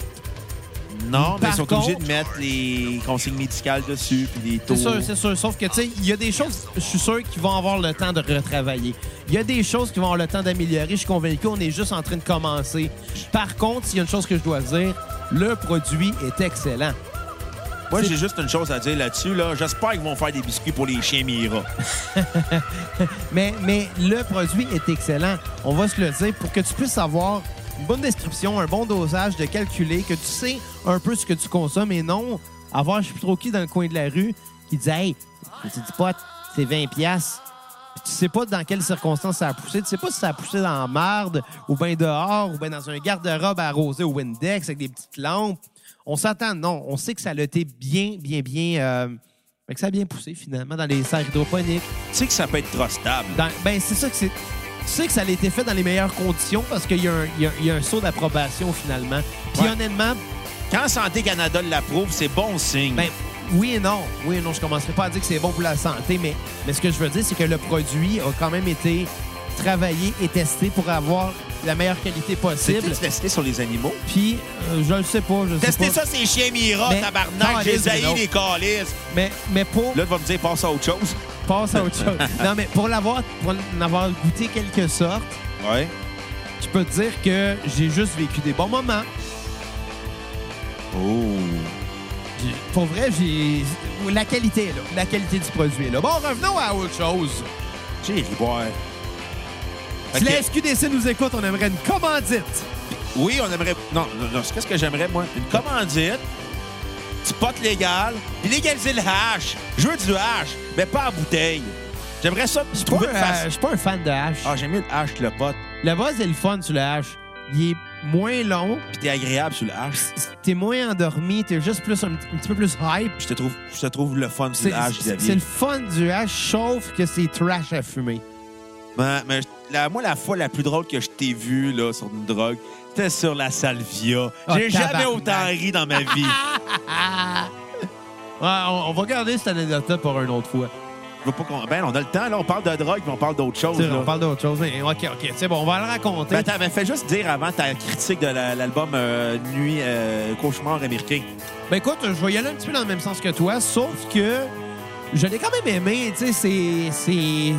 [SPEAKER 1] Non, mais
[SPEAKER 3] Par
[SPEAKER 1] ils sont obligés
[SPEAKER 3] contre-
[SPEAKER 1] de mettre les consignes médicales dessus, puis les taux.
[SPEAKER 3] C'est sûr, c'est sûr. Sauf que, tu sais, il y a des choses, je suis sûr, qu'ils vont avoir le temps de retravailler. Il y a des choses qui vont avoir le temps d'améliorer. Je suis convaincu, on est juste en train de commencer. Par contre, il y a une chose que je dois dire, le produit est excellent.
[SPEAKER 1] Moi, j'ai juste une chose à dire là-dessus. Là. J'espère qu'ils vont faire des biscuits pour les chiens Mira.
[SPEAKER 3] Mais, mais le produit est excellent. On va se le dire pour que tu puisses avoir une bonne description, un bon dosage de calculer, que tu sais un peu ce que tu consommes et non avoir je sais plus trop qui dans le coin de la rue qui dit Hey, tu dis pas, c'est 20$. piastres. Puis Tu sais pas dans quelles circonstances ça a poussé. Tu sais pas si ça a poussé dans la marde, ou bien dehors, ou bien dans un garde-robe arrosé au Windex avec des petites lampes. On s'entend, non. On sait que ça a été bien, bien, bien. euh, que ça a bien poussé finalement dans les serres hydroponiques.
[SPEAKER 1] Tu sais que ça peut être trustable.
[SPEAKER 3] Dans- ben, c'est ça que c'est. Tu sais que ça a été fait dans les meilleures conditions parce qu'il y, a un- il y a- il y a un saut d'approbation finalement. Puis
[SPEAKER 1] Ouais.
[SPEAKER 3] honnêtement,
[SPEAKER 1] Quand Santé Canada l'approuve, c'est bon signe.
[SPEAKER 3] ben, oui et non. Oui et non, je commencerai pas à dire que c'est bon pour la santé, mais, mais ce que je veux dire, c'est que le produit a quand même été travaillé et testé pour avoir la meilleure qualité
[SPEAKER 1] c'est
[SPEAKER 3] possible.
[SPEAKER 1] testé sur les animaux.
[SPEAKER 3] Puis, euh, je le sais pas, je le sais
[SPEAKER 1] Tester
[SPEAKER 3] pas.
[SPEAKER 1] ça,
[SPEAKER 3] Ben,
[SPEAKER 1] c'est chiens Mira,
[SPEAKER 3] Mais-
[SPEAKER 1] tabarnak,
[SPEAKER 3] Calice,
[SPEAKER 1] j'ai haï
[SPEAKER 3] Bruno.
[SPEAKER 1] les calices.
[SPEAKER 3] Mais, mais pour...
[SPEAKER 1] Là, tu vas me dire, passe à autre chose.
[SPEAKER 3] Passe à autre chose. non, mais pour l'avoir... Pour en avoir goûté quelque sorte,
[SPEAKER 1] Ouais.
[SPEAKER 3] je peux te dire que j'ai juste vécu des bons moments.
[SPEAKER 1] Oh.
[SPEAKER 3] Puis, Pour vrai, j'ai. La qualité, là. La qualité du produit, là. Bon, revenons à autre chose.
[SPEAKER 1] J'ai ri boire.
[SPEAKER 3] Si
[SPEAKER 1] Ok.
[SPEAKER 3] la SQDC nous écoute, on aimerait une commandite.
[SPEAKER 1] Oui, on aimerait. Non, non, non, c'est qu'est-ce que j'aimerais, moi? Une commandite, du pot légal, puis légaliser le hash. Je veux du hash, mais pas en bouteille. J'aimerais ça
[SPEAKER 3] Je suis pas,
[SPEAKER 1] trouver
[SPEAKER 3] un,
[SPEAKER 1] une façon-
[SPEAKER 3] euh, je suis pas un fan de hache.
[SPEAKER 1] Ah, j'aime mieux le hash que le pot,
[SPEAKER 3] Le buzz est le fun sur le hache. Il est moins long,
[SPEAKER 1] puis t'es agréable sur le hash.
[SPEAKER 3] t'es moins endormi, t'es juste plus un, petit- un petit peu plus hype.
[SPEAKER 1] Je te trouve, je te trouve le fun sur
[SPEAKER 3] C'est
[SPEAKER 1] le hash,
[SPEAKER 3] c'est-
[SPEAKER 1] Xavier.
[SPEAKER 3] c'est le fun du hache, sauf que c'est trash à fumer.
[SPEAKER 1] Mais, mais la- moi, la fois la plus drôle que je t'ai vue là, sur une drogue, c'était sur la salvia.
[SPEAKER 3] Ah,
[SPEAKER 1] J'ai jamais
[SPEAKER 3] tabarnak.
[SPEAKER 1] autant ri dans ma vie.
[SPEAKER 3] Ouais, Ah, on, on va garder cette anecdote-là pour une autre fois.
[SPEAKER 1] Je veux pas qu'on- ben, on a le temps, là. On parle de drogue, mais on parle d'autre chose.
[SPEAKER 3] Tu sais,
[SPEAKER 1] là.
[SPEAKER 3] on parle d'autre chose. mais- OK, OK. C'est bon, on va le raconter.
[SPEAKER 1] Ben, attends, ben, fais juste dire avant ta critique de la- l'album euh, Nuit euh, Cauchemar américain.
[SPEAKER 3] Ben écoute, je vais y aller un petit peu dans le même sens que toi, sauf que je l'ai quand même aimé, tu sais, c'est- c'est...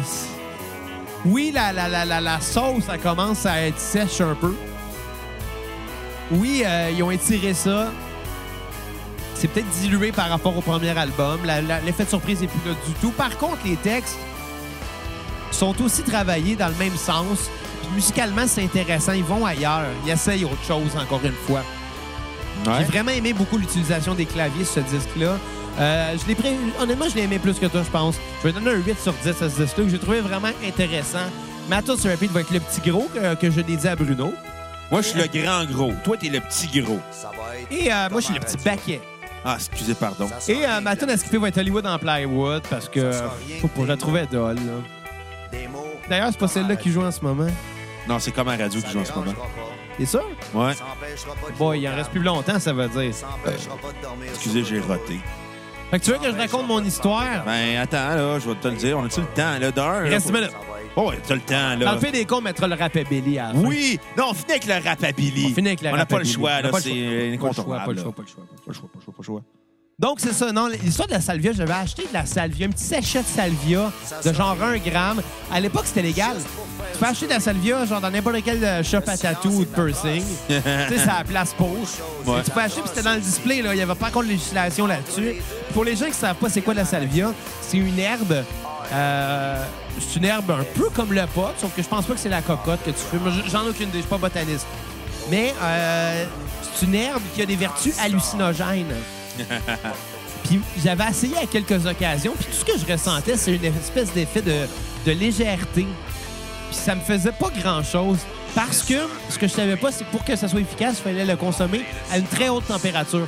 [SPEAKER 3] Oui, la, la, la, la, la sauce, ça commence à être sèche un peu. Oui, euh, ils ont étiré ça. C'est peut-être dilué par rapport au premier album. La- la- L'effet de surprise n'est plus là du tout. Par contre, les textes, sont aussi travaillés dans le même sens. Puis musicalement, c'est intéressant. Ils vont ailleurs. Ils essayent autre chose, encore une fois. J'ai vraiment aimé beaucoup l'utilisation des claviers sur ce disque-là. Euh, je l'ai pris- honnêtement, je l'ai aimé plus que toi, je pense. Je vais donner un 8 sur 10 à ce disque-là que j'ai trouvé vraiment intéressant. Matos Rapid va être le petit gros que, que je dédie à Bruno.
[SPEAKER 1] Moi, je suis le grand gros. Toi, t'es le petit gros.
[SPEAKER 3] Et euh, moi, je suis le petit baquet.
[SPEAKER 1] Ah, excusez, pardon.
[SPEAKER 3] Et euh, ma tune à skipper va être Hollywood en Plywood parce que
[SPEAKER 2] Ça sera rien
[SPEAKER 3] faut pas, je la trouvais dolle. là. D'ailleurs, c'est pas celle-là qui joue en ce moment.
[SPEAKER 1] Non, c'est comme à radio qui joue en ce moment.
[SPEAKER 3] T'es sûr?
[SPEAKER 1] Ouais.
[SPEAKER 3] Bon, il en reste plus longtemps, ça veut dire.
[SPEAKER 1] Excusez, j'ai roté.
[SPEAKER 3] Fait que tu veux que je raconte mon histoire?
[SPEAKER 1] Ben, attends, là, je vais te le dire. On a-tu le temps, là, d'un?
[SPEAKER 3] Il
[SPEAKER 1] là,
[SPEAKER 3] reste une
[SPEAKER 1] pour-
[SPEAKER 3] minute.
[SPEAKER 1] Oh, ouais, t'as le temps,
[SPEAKER 3] Dans
[SPEAKER 1] là.
[SPEAKER 3] le fait des cons, on mettra le rap à Billy à la fin.
[SPEAKER 1] Oui! Non, on finit avec le rapabilly.
[SPEAKER 3] On finit avec la
[SPEAKER 1] On n'a pas le
[SPEAKER 3] rapabilité. On
[SPEAKER 1] choix,
[SPEAKER 3] a
[SPEAKER 1] là.
[SPEAKER 3] pas le
[SPEAKER 1] C'est
[SPEAKER 3] choix. Pas le choix,
[SPEAKER 1] incontournable.
[SPEAKER 3] Pas le
[SPEAKER 1] là.
[SPEAKER 3] choix, pas le choix, pas
[SPEAKER 1] Pas
[SPEAKER 3] le choix.
[SPEAKER 1] le choix, pas le choix, pas le choix.
[SPEAKER 3] Donc, c'est ça. Non, l'histoire de la salvia, j'avais acheté de la salvia, un petit sachet de salvia de genre 1 gramme. À l'époque, c'était légal. Tu peux acheter de la salvia, genre dans n'importe quel euh, shop à tatou ou de piercing. tu sais, c'est à la place poche.
[SPEAKER 1] Ouais.
[SPEAKER 3] Et Tu peux acheter, puis c'était dans le display, là. Il n'y avait pas encore de législation là-dessus. Pour les gens qui ne savent pas c'est quoi de la salvia, c'est une herbe. euh, c'est une herbe un peu comme le pot, sauf que je pense pas que c'est la cocotte que tu fumes. J- J'en ai aucune idée, je suis pas botaniste. Mais euh, c'est une herbe qui a des vertus hallucinogènes. Puis j'avais essayé à quelques occasions, puis tout ce que je ressentais, c'est une espèce d'effet de, de légèreté. Puis ça me faisait pas grand-chose. Parce que ce que je savais pas, c'est que pour que ça soit efficace, il fallait le consommer à une très haute température.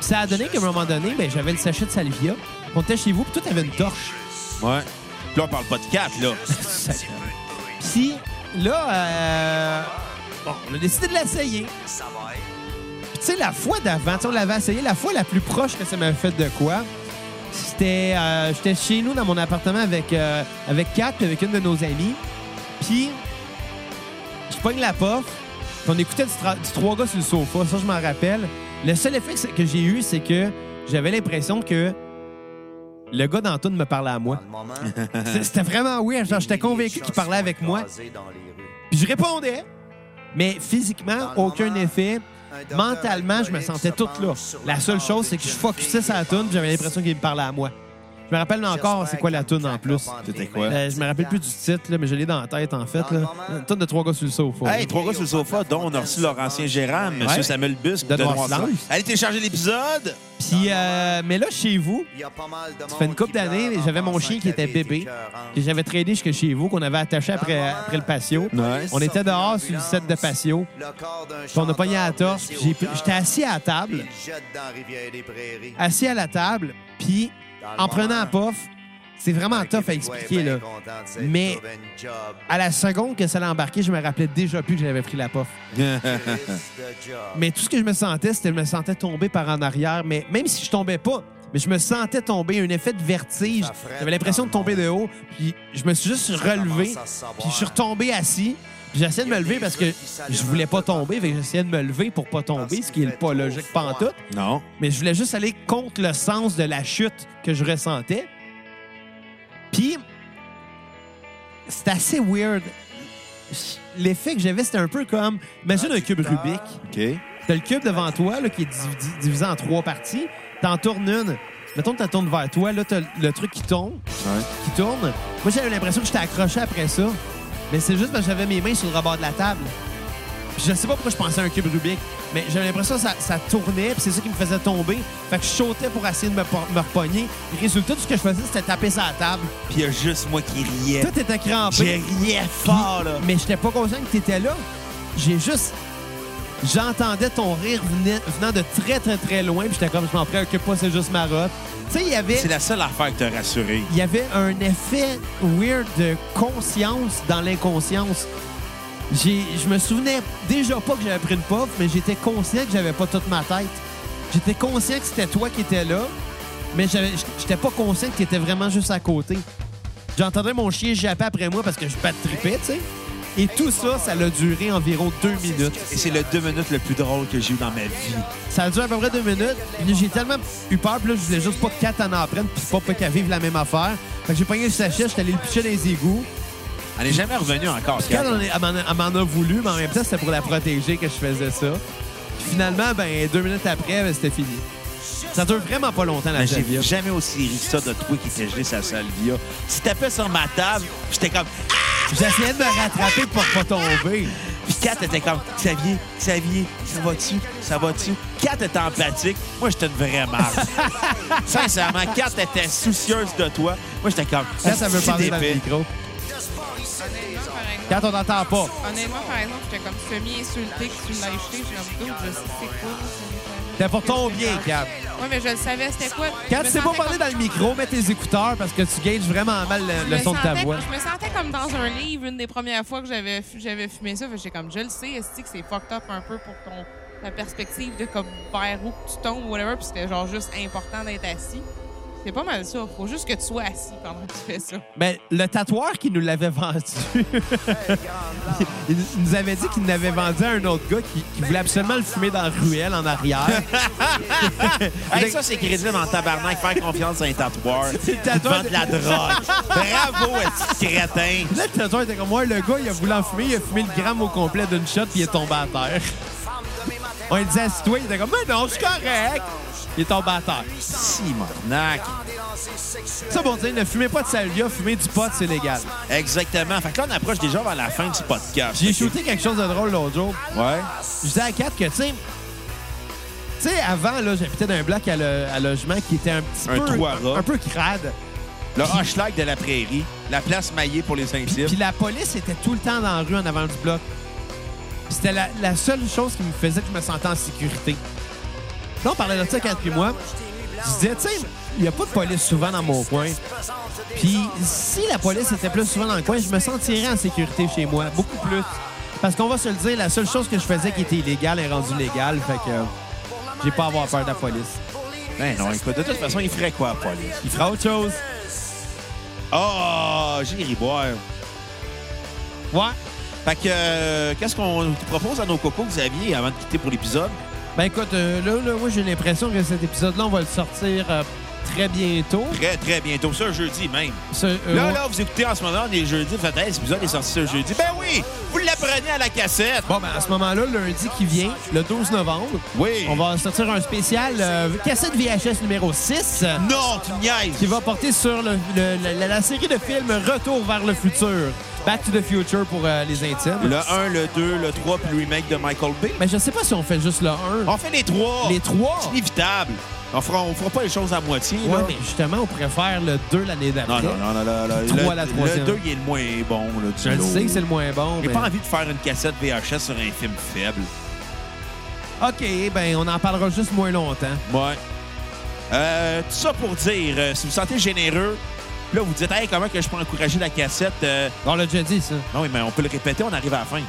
[SPEAKER 3] Puis ça a donné qu'à un moment donné, ben, j'avais le sachet de salvia. On était chez vous, puis tout avait une torche.
[SPEAKER 1] Ouais. Puis là, on parle pas de 4, là.
[SPEAKER 3] Puis là, euh, bon, on a décidé de l'essayer. Puis, tu sais, la fois d'avant, tu sais, on l'avait essayé, la fois la plus proche que ça m'avait fait de quoi, c'était. euh, J'étais chez nous dans mon appartement avec, euh, avec Kat puis avec une de nos amies. Puis, je pogne la pof, puis on écoutait du, tra- du trois gars sur le sofa, ça, je m'en rappelle. Le seul effet que c'est- que j'ai eu, c'est que j'avais l'impression que le gars dans tout me parlait à moi. C'est- C'était vraiment weird. Genre, j'étais convaincu qu'il parlait avec moi. Puis je répondais. Mais physiquement, aucun effet. Mentalement, je me sentais tout là. La seule chose, c'est que je focusais sur la toune, puis j'avais l'impression qu'il me parlait à moi. Je me rappelle encore c'est quoi la toune en plus.
[SPEAKER 1] C'était quoi?
[SPEAKER 3] Euh, je me rappelle plus du titre, là, mais je l'ai dans la tête, en fait. Là. Une toune de trois gars sur le sofa.
[SPEAKER 1] Hey, trois gars sur le sofa, dont on a reçu Laurentien Gérard, M.
[SPEAKER 3] Ouais.
[SPEAKER 1] Samuel Busque,
[SPEAKER 3] De
[SPEAKER 1] de
[SPEAKER 3] Noir
[SPEAKER 1] Noir
[SPEAKER 3] Silence.
[SPEAKER 1] Allez télécharger l'épisode!
[SPEAKER 3] Puis, euh, mais là, chez vous,
[SPEAKER 2] Ça
[SPEAKER 3] ça fait une couple d'années, j'avais mon chien qui était bébé, que j'avais traîné jusque chez vous, qu'on avait attaché après, après le patio.
[SPEAKER 1] Ouais.
[SPEAKER 3] On était dehors sur le set de patio. Puis on a pogné à la torche. puis j'ai pris- J'étais assis à la table, assis à la table, puis en prenant un puff, c'est vraiment tough à expliquer, là. Mais- À la seconde que ça l'a embarqué, je me rappelais déjà plus que j'avais pris la puff. Mais tout ce que je me sentais, c'était je me sentais tomber par en arrière. Mais même si je tombais pas, mais je me sentais tomber, un effet de vertige.
[SPEAKER 2] Ça frappe
[SPEAKER 3] J'avais l'impression de
[SPEAKER 2] dans le
[SPEAKER 3] tomber de haut. Puis je me suis juste relevé.
[SPEAKER 2] commence à se savoir.
[SPEAKER 3] Puis je suis retombé assis. Puis j'essayais de me lever parce que je voulais pas tomber. Fait que j'essayais de me lever pour pas tomber, ce qui est pas logique pantoute.
[SPEAKER 1] Non.
[SPEAKER 3] Mais je voulais juste aller contre le sens de la chute que je ressentais. Puis, c'est assez weird. L'effet que j'avais, c'était un peu comme... Imagine un cube Rubik.
[SPEAKER 1] OK.
[SPEAKER 3] T'as le cube devant toi là, qui est divi- divisé en trois parties. T'en tournes une. Mettons que t'en tournes vers toi. Là, t'as le truc qui tombe,
[SPEAKER 1] Ouais.
[SPEAKER 3] qui tourne. Moi, j'avais l'impression que j'étais accroché après ça. Mais c'est juste parce que j'avais mes mains sur le rebord de la table. Puis je sais pas pourquoi je pensais à un cube Rubik, mais j'avais l'impression que ça, ça tournait, puis c'est ça qui me faisait tomber. Fait que je sautais pour essayer de me, por- me repogner. Résultat, tout ce que je faisais, c'était taper sur la table.
[SPEAKER 1] Puis il y a juste moi qui riais.
[SPEAKER 3] Tout était crampé.
[SPEAKER 1] J'ai riais fort, là.
[SPEAKER 3] Mais j'étais pas conscient que t'étais là. J'ai juste. J'entendais ton rire venait- venant de très, très, très loin. Puis j'étais comme, je m'en préoccupe pas, c'est juste ma robe. Tu sais, il y avait.
[SPEAKER 1] C'est la seule affaire qui t'a rassuré.
[SPEAKER 3] Il y avait un effet weird de conscience dans l'inconscience. J'ai- Je me souvenais déjà pas que j'avais pris une puff, mais j'étais conscient que j'avais pas toute ma tête. J'étais conscient que c'était toi qui étais là, mais j'avais- j'étais pas conscient que tu étais vraiment juste à côté. J'entendais mon chien japper après moi parce que je pas tripais, tu sais. Et tout ça, ça a duré environ deux minutes.
[SPEAKER 1] Et c'est le deux minutes le plus drôle que j'ai eu dans ma vie.
[SPEAKER 3] Ça a duré à peu près deux minutes. Puis J'ai tellement eu peur, puis là, je voulais juste pas que Kat en apprenne, puis pas, pas qu'elle vive la même affaire. Fait que j'ai pogné le sachet, j'étais allé le picher dans les égouts.
[SPEAKER 1] Elle n'est jamais revenue encore,
[SPEAKER 3] Kat,
[SPEAKER 1] Kat.
[SPEAKER 3] elle en est- elle m'en a- elle m'en a voulu, mais en même temps, c'était pour la protéger que je faisais ça. Puis finalement, ben deux minutes après, ben, c'était fini. Ça dure vraiment pas longtemps, la
[SPEAKER 1] Mais Ben, j'ai
[SPEAKER 3] salvia.
[SPEAKER 1] jamais aussi ri que ça de toi qui était gelé sa salvia. Tu tapais sur ma table, j'étais comme Ah!
[SPEAKER 3] J'essayais de me rattraper pour pas tomber.
[SPEAKER 1] Puis Kat était comme Xavier, Xavier, ça va-tu? Ça va-tu? Kat était empathique. Moi, j'étais une vraie marde. Sincèrement, Kat était soucieuse de toi. Moi, j'étais comme
[SPEAKER 3] Ça, ça veut
[SPEAKER 1] Asti
[SPEAKER 3] parler dans le
[SPEAKER 1] d'épais.
[SPEAKER 3] micro.
[SPEAKER 5] Honnêtement, par exemple-
[SPEAKER 3] Quand on n'entend pas.
[SPEAKER 5] Honnêtement, par exemple, j'étais comme semi-insultée que tu me l'as jeté. J'ai comme doute, je sais c'est quoi.
[SPEAKER 3] T'es pour ton bien, Kat.
[SPEAKER 5] Oui, mais je le savais, c'était quoi.
[SPEAKER 3] Kat,
[SPEAKER 5] Je me
[SPEAKER 3] tu sais pas
[SPEAKER 5] sentais
[SPEAKER 3] parler
[SPEAKER 5] comme-
[SPEAKER 3] dans le micro, mets tes écouteurs parce que tu gages vraiment mal le,
[SPEAKER 5] Je
[SPEAKER 3] le
[SPEAKER 5] me
[SPEAKER 3] son de ta
[SPEAKER 5] sentais-
[SPEAKER 3] voix.
[SPEAKER 5] Je me sentais comme dans un livre, une des premières fois que j'avais fu- j'avais fumé ça. Fait que J'étais comme, je le sais, est que c'est fucked up un peu pour ton, ta perspective de comme vers où que tu tombes ou whatever. Puis c'était genre juste important d'être assis. C'est pas mal ça. Faut juste que tu sois assis pendant que tu fais ça.
[SPEAKER 3] Mais Ben, le tatoueur qui nous l'avait vendu, il il nous avait dit qu'il l'avait vendu à un autre gars qui, qui voulait absolument le fumer dans la ruelle en arrière.
[SPEAKER 1] Hey, ça, c'est crédible en tabarnak. Faire confiance à un tatoueur.
[SPEAKER 3] C'est le tatoueur.
[SPEAKER 1] Vendre de la drogue. Bravo, petit crétin.
[SPEAKER 3] Là, le tatoueur était comme moi, le gars, il a voulu en fumer, il a fumé le gramme au complet d'une shot puis il est tombé à terre. On lui disait, assis-toi, il était comme, mais non, je suis correct. Il est tombé à terre.
[SPEAKER 1] Simonac.
[SPEAKER 3] Ça, bon, dire, ne fumez pas de salvia, fumez du pot, c'est légal.
[SPEAKER 1] Exactement. Fait que là, on approche déjà vers la fin du podcast.
[SPEAKER 3] J'ai shooté quelque chose de drôle l'autre jour.
[SPEAKER 1] Ouais.
[SPEAKER 3] Je disais à Kat que, tu sais, tu sais, avant, là, j'habitais dans un bloc à, lo- à logement qui était un petit
[SPEAKER 1] Un
[SPEAKER 3] peu...
[SPEAKER 1] toit ras.
[SPEAKER 3] Un peu crade.
[SPEAKER 1] Le Hochelag de la Prairie. La place maillée pour les
[SPEAKER 3] Puis
[SPEAKER 1] intimes.
[SPEAKER 3] la police était tout le temps dans la rue en avant du bloc. Puis C'était la, la seule chose qui me faisait que je me sentais en sécurité. Là, on parlait de ça, Kat puis moi. Je disais, tu sais, il n'y a pas de police souvent dans mon coin. Puis si la police était plus souvent dans le coin, je me sentirais en sécurité chez moi, beaucoup plus. Parce qu'on va se le dire, la seule chose que je faisais qui était illégale est rendue légale, fait que euh, j'ai pas à avoir peur de la police.
[SPEAKER 1] Ben non, écoute, de toute façon, il ferait quoi, la police?
[SPEAKER 3] Il fera autre chose.
[SPEAKER 1] Ah, j'irai boire.
[SPEAKER 3] Ouais.
[SPEAKER 1] Fait que, euh, qu'est-ce qu'on te propose à nos cocos, Xavier, avant de quitter pour l'épisode?
[SPEAKER 3] Ben écoute, euh, là, là, moi j'ai l'impression que cet épisode-là, on va le sortir euh, très bientôt.
[SPEAKER 1] Très, très bientôt. Ça, jeudi même.
[SPEAKER 3] Ce- euh,
[SPEAKER 1] Là, là, vous écoutez en ce moment, on est jeudi. Vous faites, hey, cet épisode est sorti ce jeudi. Ben oui! Vous l'apprenez à la cassette!
[SPEAKER 3] Bon, ben à ce moment-là, lundi qui vient, le 12 novembre,
[SPEAKER 1] Oui!
[SPEAKER 3] on va sortir un spécial euh, cassette VHS numéro 6 euh,
[SPEAKER 1] Non, tu niaises!
[SPEAKER 3] qui va porter sur le- le- la, la série de films Retour vers le futur. Back to the Future pour euh, les intimes.
[SPEAKER 1] Le 1, le 2, le 3, puis le remake de Michael Bay.
[SPEAKER 3] Mais je sais pas si on fait juste le 1.
[SPEAKER 1] On fait les trois!
[SPEAKER 3] Les trois?
[SPEAKER 1] C'est inévitable. On fera, on fera pas les choses à moitié.
[SPEAKER 3] Ouais,
[SPEAKER 1] là.
[SPEAKER 3] mais justement, on pourrait faire le 2 l'année
[SPEAKER 1] Non,
[SPEAKER 3] d'après.
[SPEAKER 1] non, non, non, non, non.
[SPEAKER 3] Trois à la
[SPEAKER 1] le,
[SPEAKER 3] troisième.
[SPEAKER 1] 2, il est le moins bon. Là, du
[SPEAKER 3] Je le
[SPEAKER 1] lot.
[SPEAKER 3] sais que c'est le moins bon.
[SPEAKER 1] J'ai
[SPEAKER 3] mais-
[SPEAKER 1] pas envie de faire une cassette VHS sur un film faible.
[SPEAKER 3] OK, ben on en parlera juste moins longtemps.
[SPEAKER 1] Ouais. Euh, tout ça pour dire, euh, si vous vous sentez généreux, là, vous dites, hey, comment que je peux encourager la cassette? Euh,
[SPEAKER 3] On l'a déjà dit, ça.
[SPEAKER 1] non, oui, mais on peut le répéter, on arrive à la fin.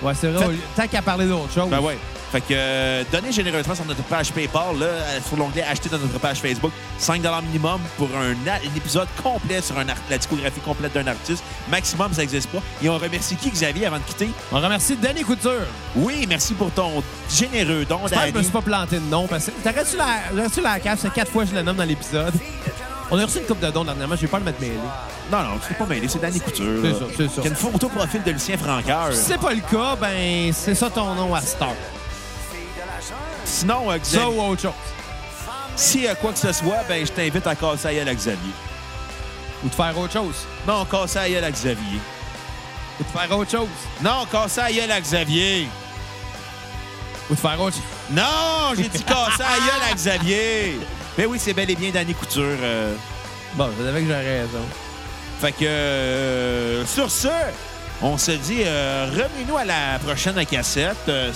[SPEAKER 3] Ouais, c'est vrai.
[SPEAKER 1] Fait-
[SPEAKER 3] on- Tant qu'à parler d'autre chose.
[SPEAKER 1] Ben ouais. Fait que euh, donnez généreusement sur notre page PayPal, là, euh, sur l'onglet Acheter dans notre page Facebook, 5 minimum pour un, a- un épisode complet sur un art- la discographie complète d'un artiste. Maximum, ça n'existe pas. Et on remercie qui, Xavier, avant de quitter?
[SPEAKER 3] On remercie Danny Couture.
[SPEAKER 1] Oui, merci pour ton généreux don,
[SPEAKER 3] J'espère que
[SPEAKER 1] Danny.
[SPEAKER 3] je me suis pas planté de nom. Parce que t'aurais-tu la, j'aurais-tu la cave? C'est quatre fois que je le nomme dans l'épisode. On a reçu une coupe de dons dernièrement. J'ai pas le mettre mêlé.
[SPEAKER 1] Non, non, tu t'es pas mêlé, c'est Danny Couture.
[SPEAKER 3] C'est
[SPEAKER 1] là.
[SPEAKER 3] ça, c'est ça.
[SPEAKER 1] Qui a une photo profil de Lucien Franqueur.
[SPEAKER 3] Si c'est pas le cas, ben c'est ça ton nom à Star.
[SPEAKER 1] Sinon, euh, Xavier,
[SPEAKER 3] Ça ou autre chose.
[SPEAKER 1] si euh, quoi que ce soit, ben, je t'invite à casser la gueule à Xavier.
[SPEAKER 3] Ou de faire autre chose.
[SPEAKER 1] Non, casser la gueule à Xavier.
[SPEAKER 3] Ou de faire autre chose.
[SPEAKER 1] Non, casser la gueule à Xavier.
[SPEAKER 3] Ou de faire autre chose.
[SPEAKER 1] Non, j'ai dit casser la gueule à Xavier. Ben oui, c'est bel et bien Danny Couture. euh.
[SPEAKER 3] Bon, je savais que j'aurais raison.
[SPEAKER 1] Fait que, euh, sur ce, on se dit, euh, revenez-nous à la prochaine cassette. euh,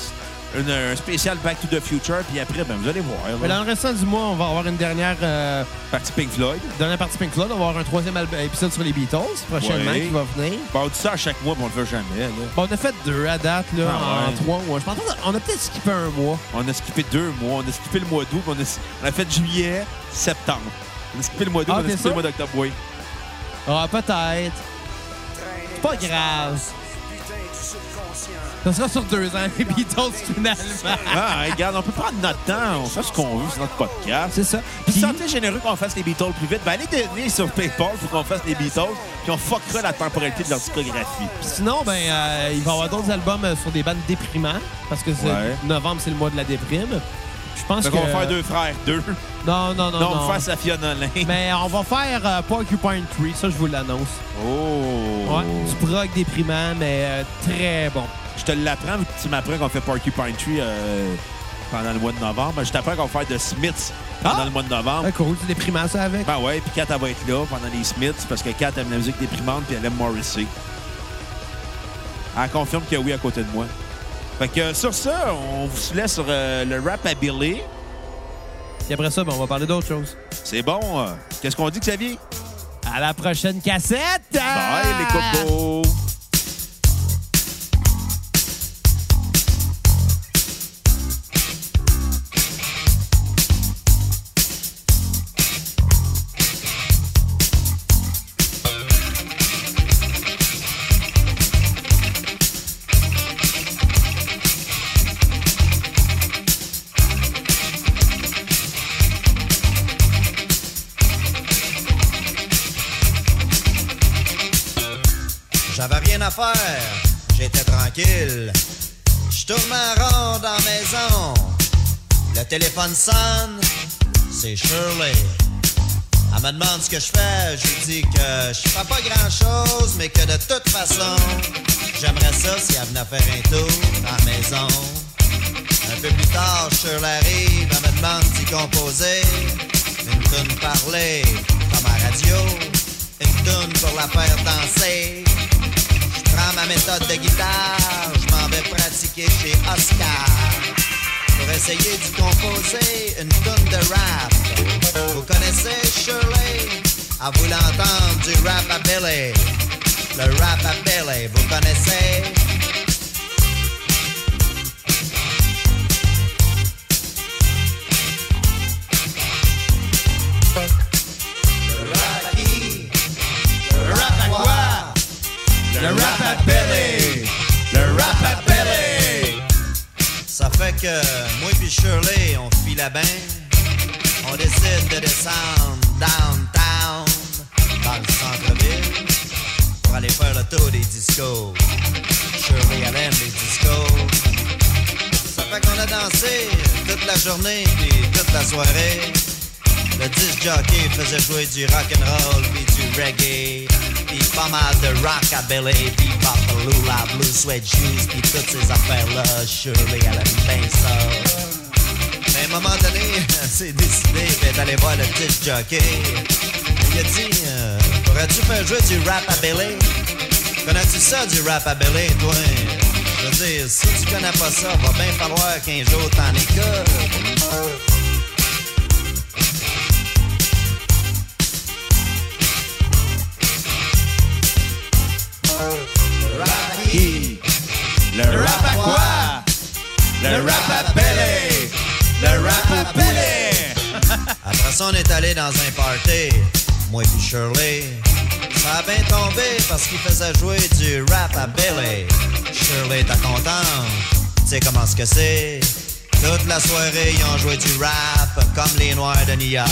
[SPEAKER 1] une- un spécial Back to the Future, puis après, ben, vous allez voir. là.
[SPEAKER 3] Mais dans le restant du mois, on va avoir une dernière, euh,
[SPEAKER 1] Parti Pink Floyd.
[SPEAKER 3] dernière partie Pink Floyd. On va avoir un troisième al- épisode sur les Beatles prochainement
[SPEAKER 1] Ouais.
[SPEAKER 3] qui va venir.
[SPEAKER 1] Ben, on dit ça à chaque mois, mais on le fait jamais. là.
[SPEAKER 3] Bon, on a fait deux à date, là,
[SPEAKER 1] Ah
[SPEAKER 3] en
[SPEAKER 1] ouais.
[SPEAKER 3] trois mois. Je pense qu'on a- on a peut-être skippé un mois.
[SPEAKER 1] On a skippé deux mois. On a skippé le mois d'août, puis on a, on a fait juillet, septembre. On a skippé le mois d'août, on
[SPEAKER 3] Ah,
[SPEAKER 1] a
[SPEAKER 3] t'es
[SPEAKER 1] skippé
[SPEAKER 3] sûr?
[SPEAKER 1] le mois d'octobre, oui.
[SPEAKER 3] Ah, peut-être. C'est pas grave. Ça sera sur deux ans, les Beatles, finalement.
[SPEAKER 1] Ah, regarde, on peut prendre notre temps, on fait ce qu'on veut, c'est notre podcast.
[SPEAKER 3] C'est ça.
[SPEAKER 1] Puis si
[SPEAKER 3] Puis,
[SPEAKER 1] vous sentez généreux qu'on fasse les Beatles plus vite, ben allez donner sur PayPal pour qu'on fasse les Beatles, puis on fuckera la temporalité de leur discographie.
[SPEAKER 3] sinon, ben, euh, il va y avoir d'autres albums euh, sur des bandes déprimants, parce que c'est-
[SPEAKER 1] Ouais.
[SPEAKER 3] novembre, c'est le mois de la déprime. Je pense
[SPEAKER 1] Fait
[SPEAKER 3] que...
[SPEAKER 1] qu'on va faire deux frères, deux.
[SPEAKER 3] Non, non, non,
[SPEAKER 1] Non,
[SPEAKER 3] non. Ben-
[SPEAKER 1] on va faire Safia Nolin.
[SPEAKER 3] Mais on va faire euh, Porcupine Tree, ça, je vous l'annonce.
[SPEAKER 1] Oh!
[SPEAKER 3] Ouais. Du prog déprimant, mais euh, très bon.
[SPEAKER 1] Je te l'apprends, vu que tu m'apprends qu'on fait Porcupine Tree euh, pendant le mois de novembre. Ben, Je t'apprends qu'on va faire The Smiths pendant
[SPEAKER 3] Ah!
[SPEAKER 1] le mois de novembre.
[SPEAKER 3] Ah, cool, du déprimant, ça, avec.
[SPEAKER 1] Ben ouais, puis Kat, elle va être là pendant les Smiths parce que Kat aime la musique déprimante puis elle aime Morrissey. Elle confirme que oui à côté de moi. Fait que euh, sur ça, on vous laisse sur euh, le rap à Billy.
[SPEAKER 3] Et après ça, ben, on va parler d'autres choses.
[SPEAKER 1] C'est bon. euh. Qu'est-ce qu'on dit, Xavier?
[SPEAKER 3] À la prochaine cassette!
[SPEAKER 2] Ah!
[SPEAKER 1] Bye, les copos!
[SPEAKER 2] J'avais rien à faire, j'étais tranquille. Je tourne en rond dans la maison. Le téléphone sonne, c'est Shirley. Elle me demande ce que je fais, je lui dis que je fais pas grand chose, mais que de toute façon, j'aimerais ça si elle venait faire un tour dans la maison. Un peu plus tard, Shirley arrive, elle me demande d'y composer. Une tune parler, comme à radio. Une tune pour la faire danser. Je prends ma méthode de guitare, je m'en vais pratiquer chez Oscar. Pour essayer d'y composer une tonne de rap. Vous connaissez Shirley? À vous l'entendre du rap à Billy. Le rap à Billy, vous connaissez? Le rap à qui? Le rap à quoi? Le rap à Billy, le rap à Billy. Ça fait que moi puis Shirley, on file à bain. On décide de descendre downtown, dans le centre-ville, pour aller faire le tour des discos. Shirley, elle aime les discos. Ça fait qu'on a dansé toute la journée puis toute la soirée. Le disc jockey faisait jouer du rock'n'roll puis du reggae puis pas mal de rockabilly puis papaloula, blue sweat shoes puis toutes ces affaires là. Shirley elle aime bien ça. Mais à un moment donné, c'est décidé puis elle est allée voir le disc jockey. Il a dit, euh, pourrais-tu faire jouer du rockabilly? Connais-tu ça du rockabilly, toi? Je veux dire, si tu connais pas ça, va bien falloir qu'un jour t'en écoutes.
[SPEAKER 1] Qui? Le rap à quoi? Le rap à Billy! Le rap à Billy!
[SPEAKER 2] Après ça, on est allé dans un party, moi et Shirley. Ça a bien tombé parce qu'il faisait jouer du rap à Billy. Shirley était contente, tu sais comment ce que c'est. Toute la soirée, ils ont joué du rap comme les Noirs de New York.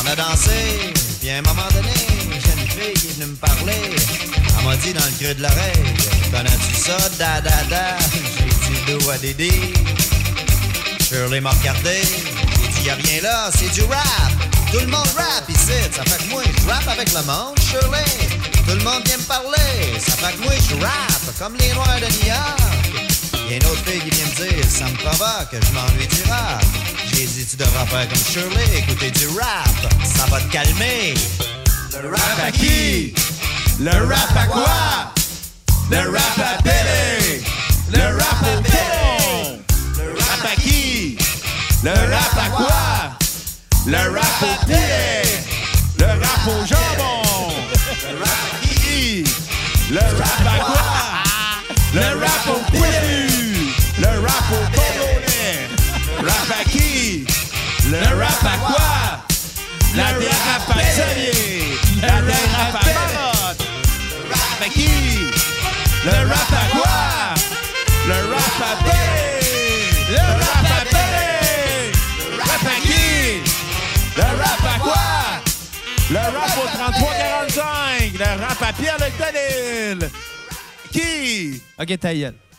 [SPEAKER 2] On a dansé, puis à un moment donné, j'ai une fille qui est venue me parler. Elle m'a dit dans le creux de l'oreille, connais-tu ça, da da da? J'ai dit do à Didi. Shirley m'a regardé. J'ai dit, y a rien là, c'est du rap. Tout le monde rap ici. Ça fait que moi, je rap avec le monde, Shirley. Tout le monde vient me parler. Ça fait que moi, je rap comme les Noirs de New York. Y a une autre fille qui vient me dire, ça me provoque, je m'ennuie du rap. J'ai dit, tu devras faire comme Shirley, écouter du rap. Ça va te calmer. Le rap
[SPEAKER 1] à qui? Le rap à quoi? Le rap à Billy! Le rap au con! Le rap à qui? Le rap à quoi? Le rap au pied! Le rap au jambon! Le rap à qui? Le rap à quoi? Le rap au poilu! Le rap au ballonnet! Rap à qui? Le rap à quoi? La dérape à Xavier! La dérape à Marotte! Rap à qui? Le rap à quoi? Le rap à Billy! Le rap à Billy! Le rap à qui? Le rap à quoi? Le rap au 3345! Le rap à Pierre Le Qui?
[SPEAKER 3] Ok, ta gueule.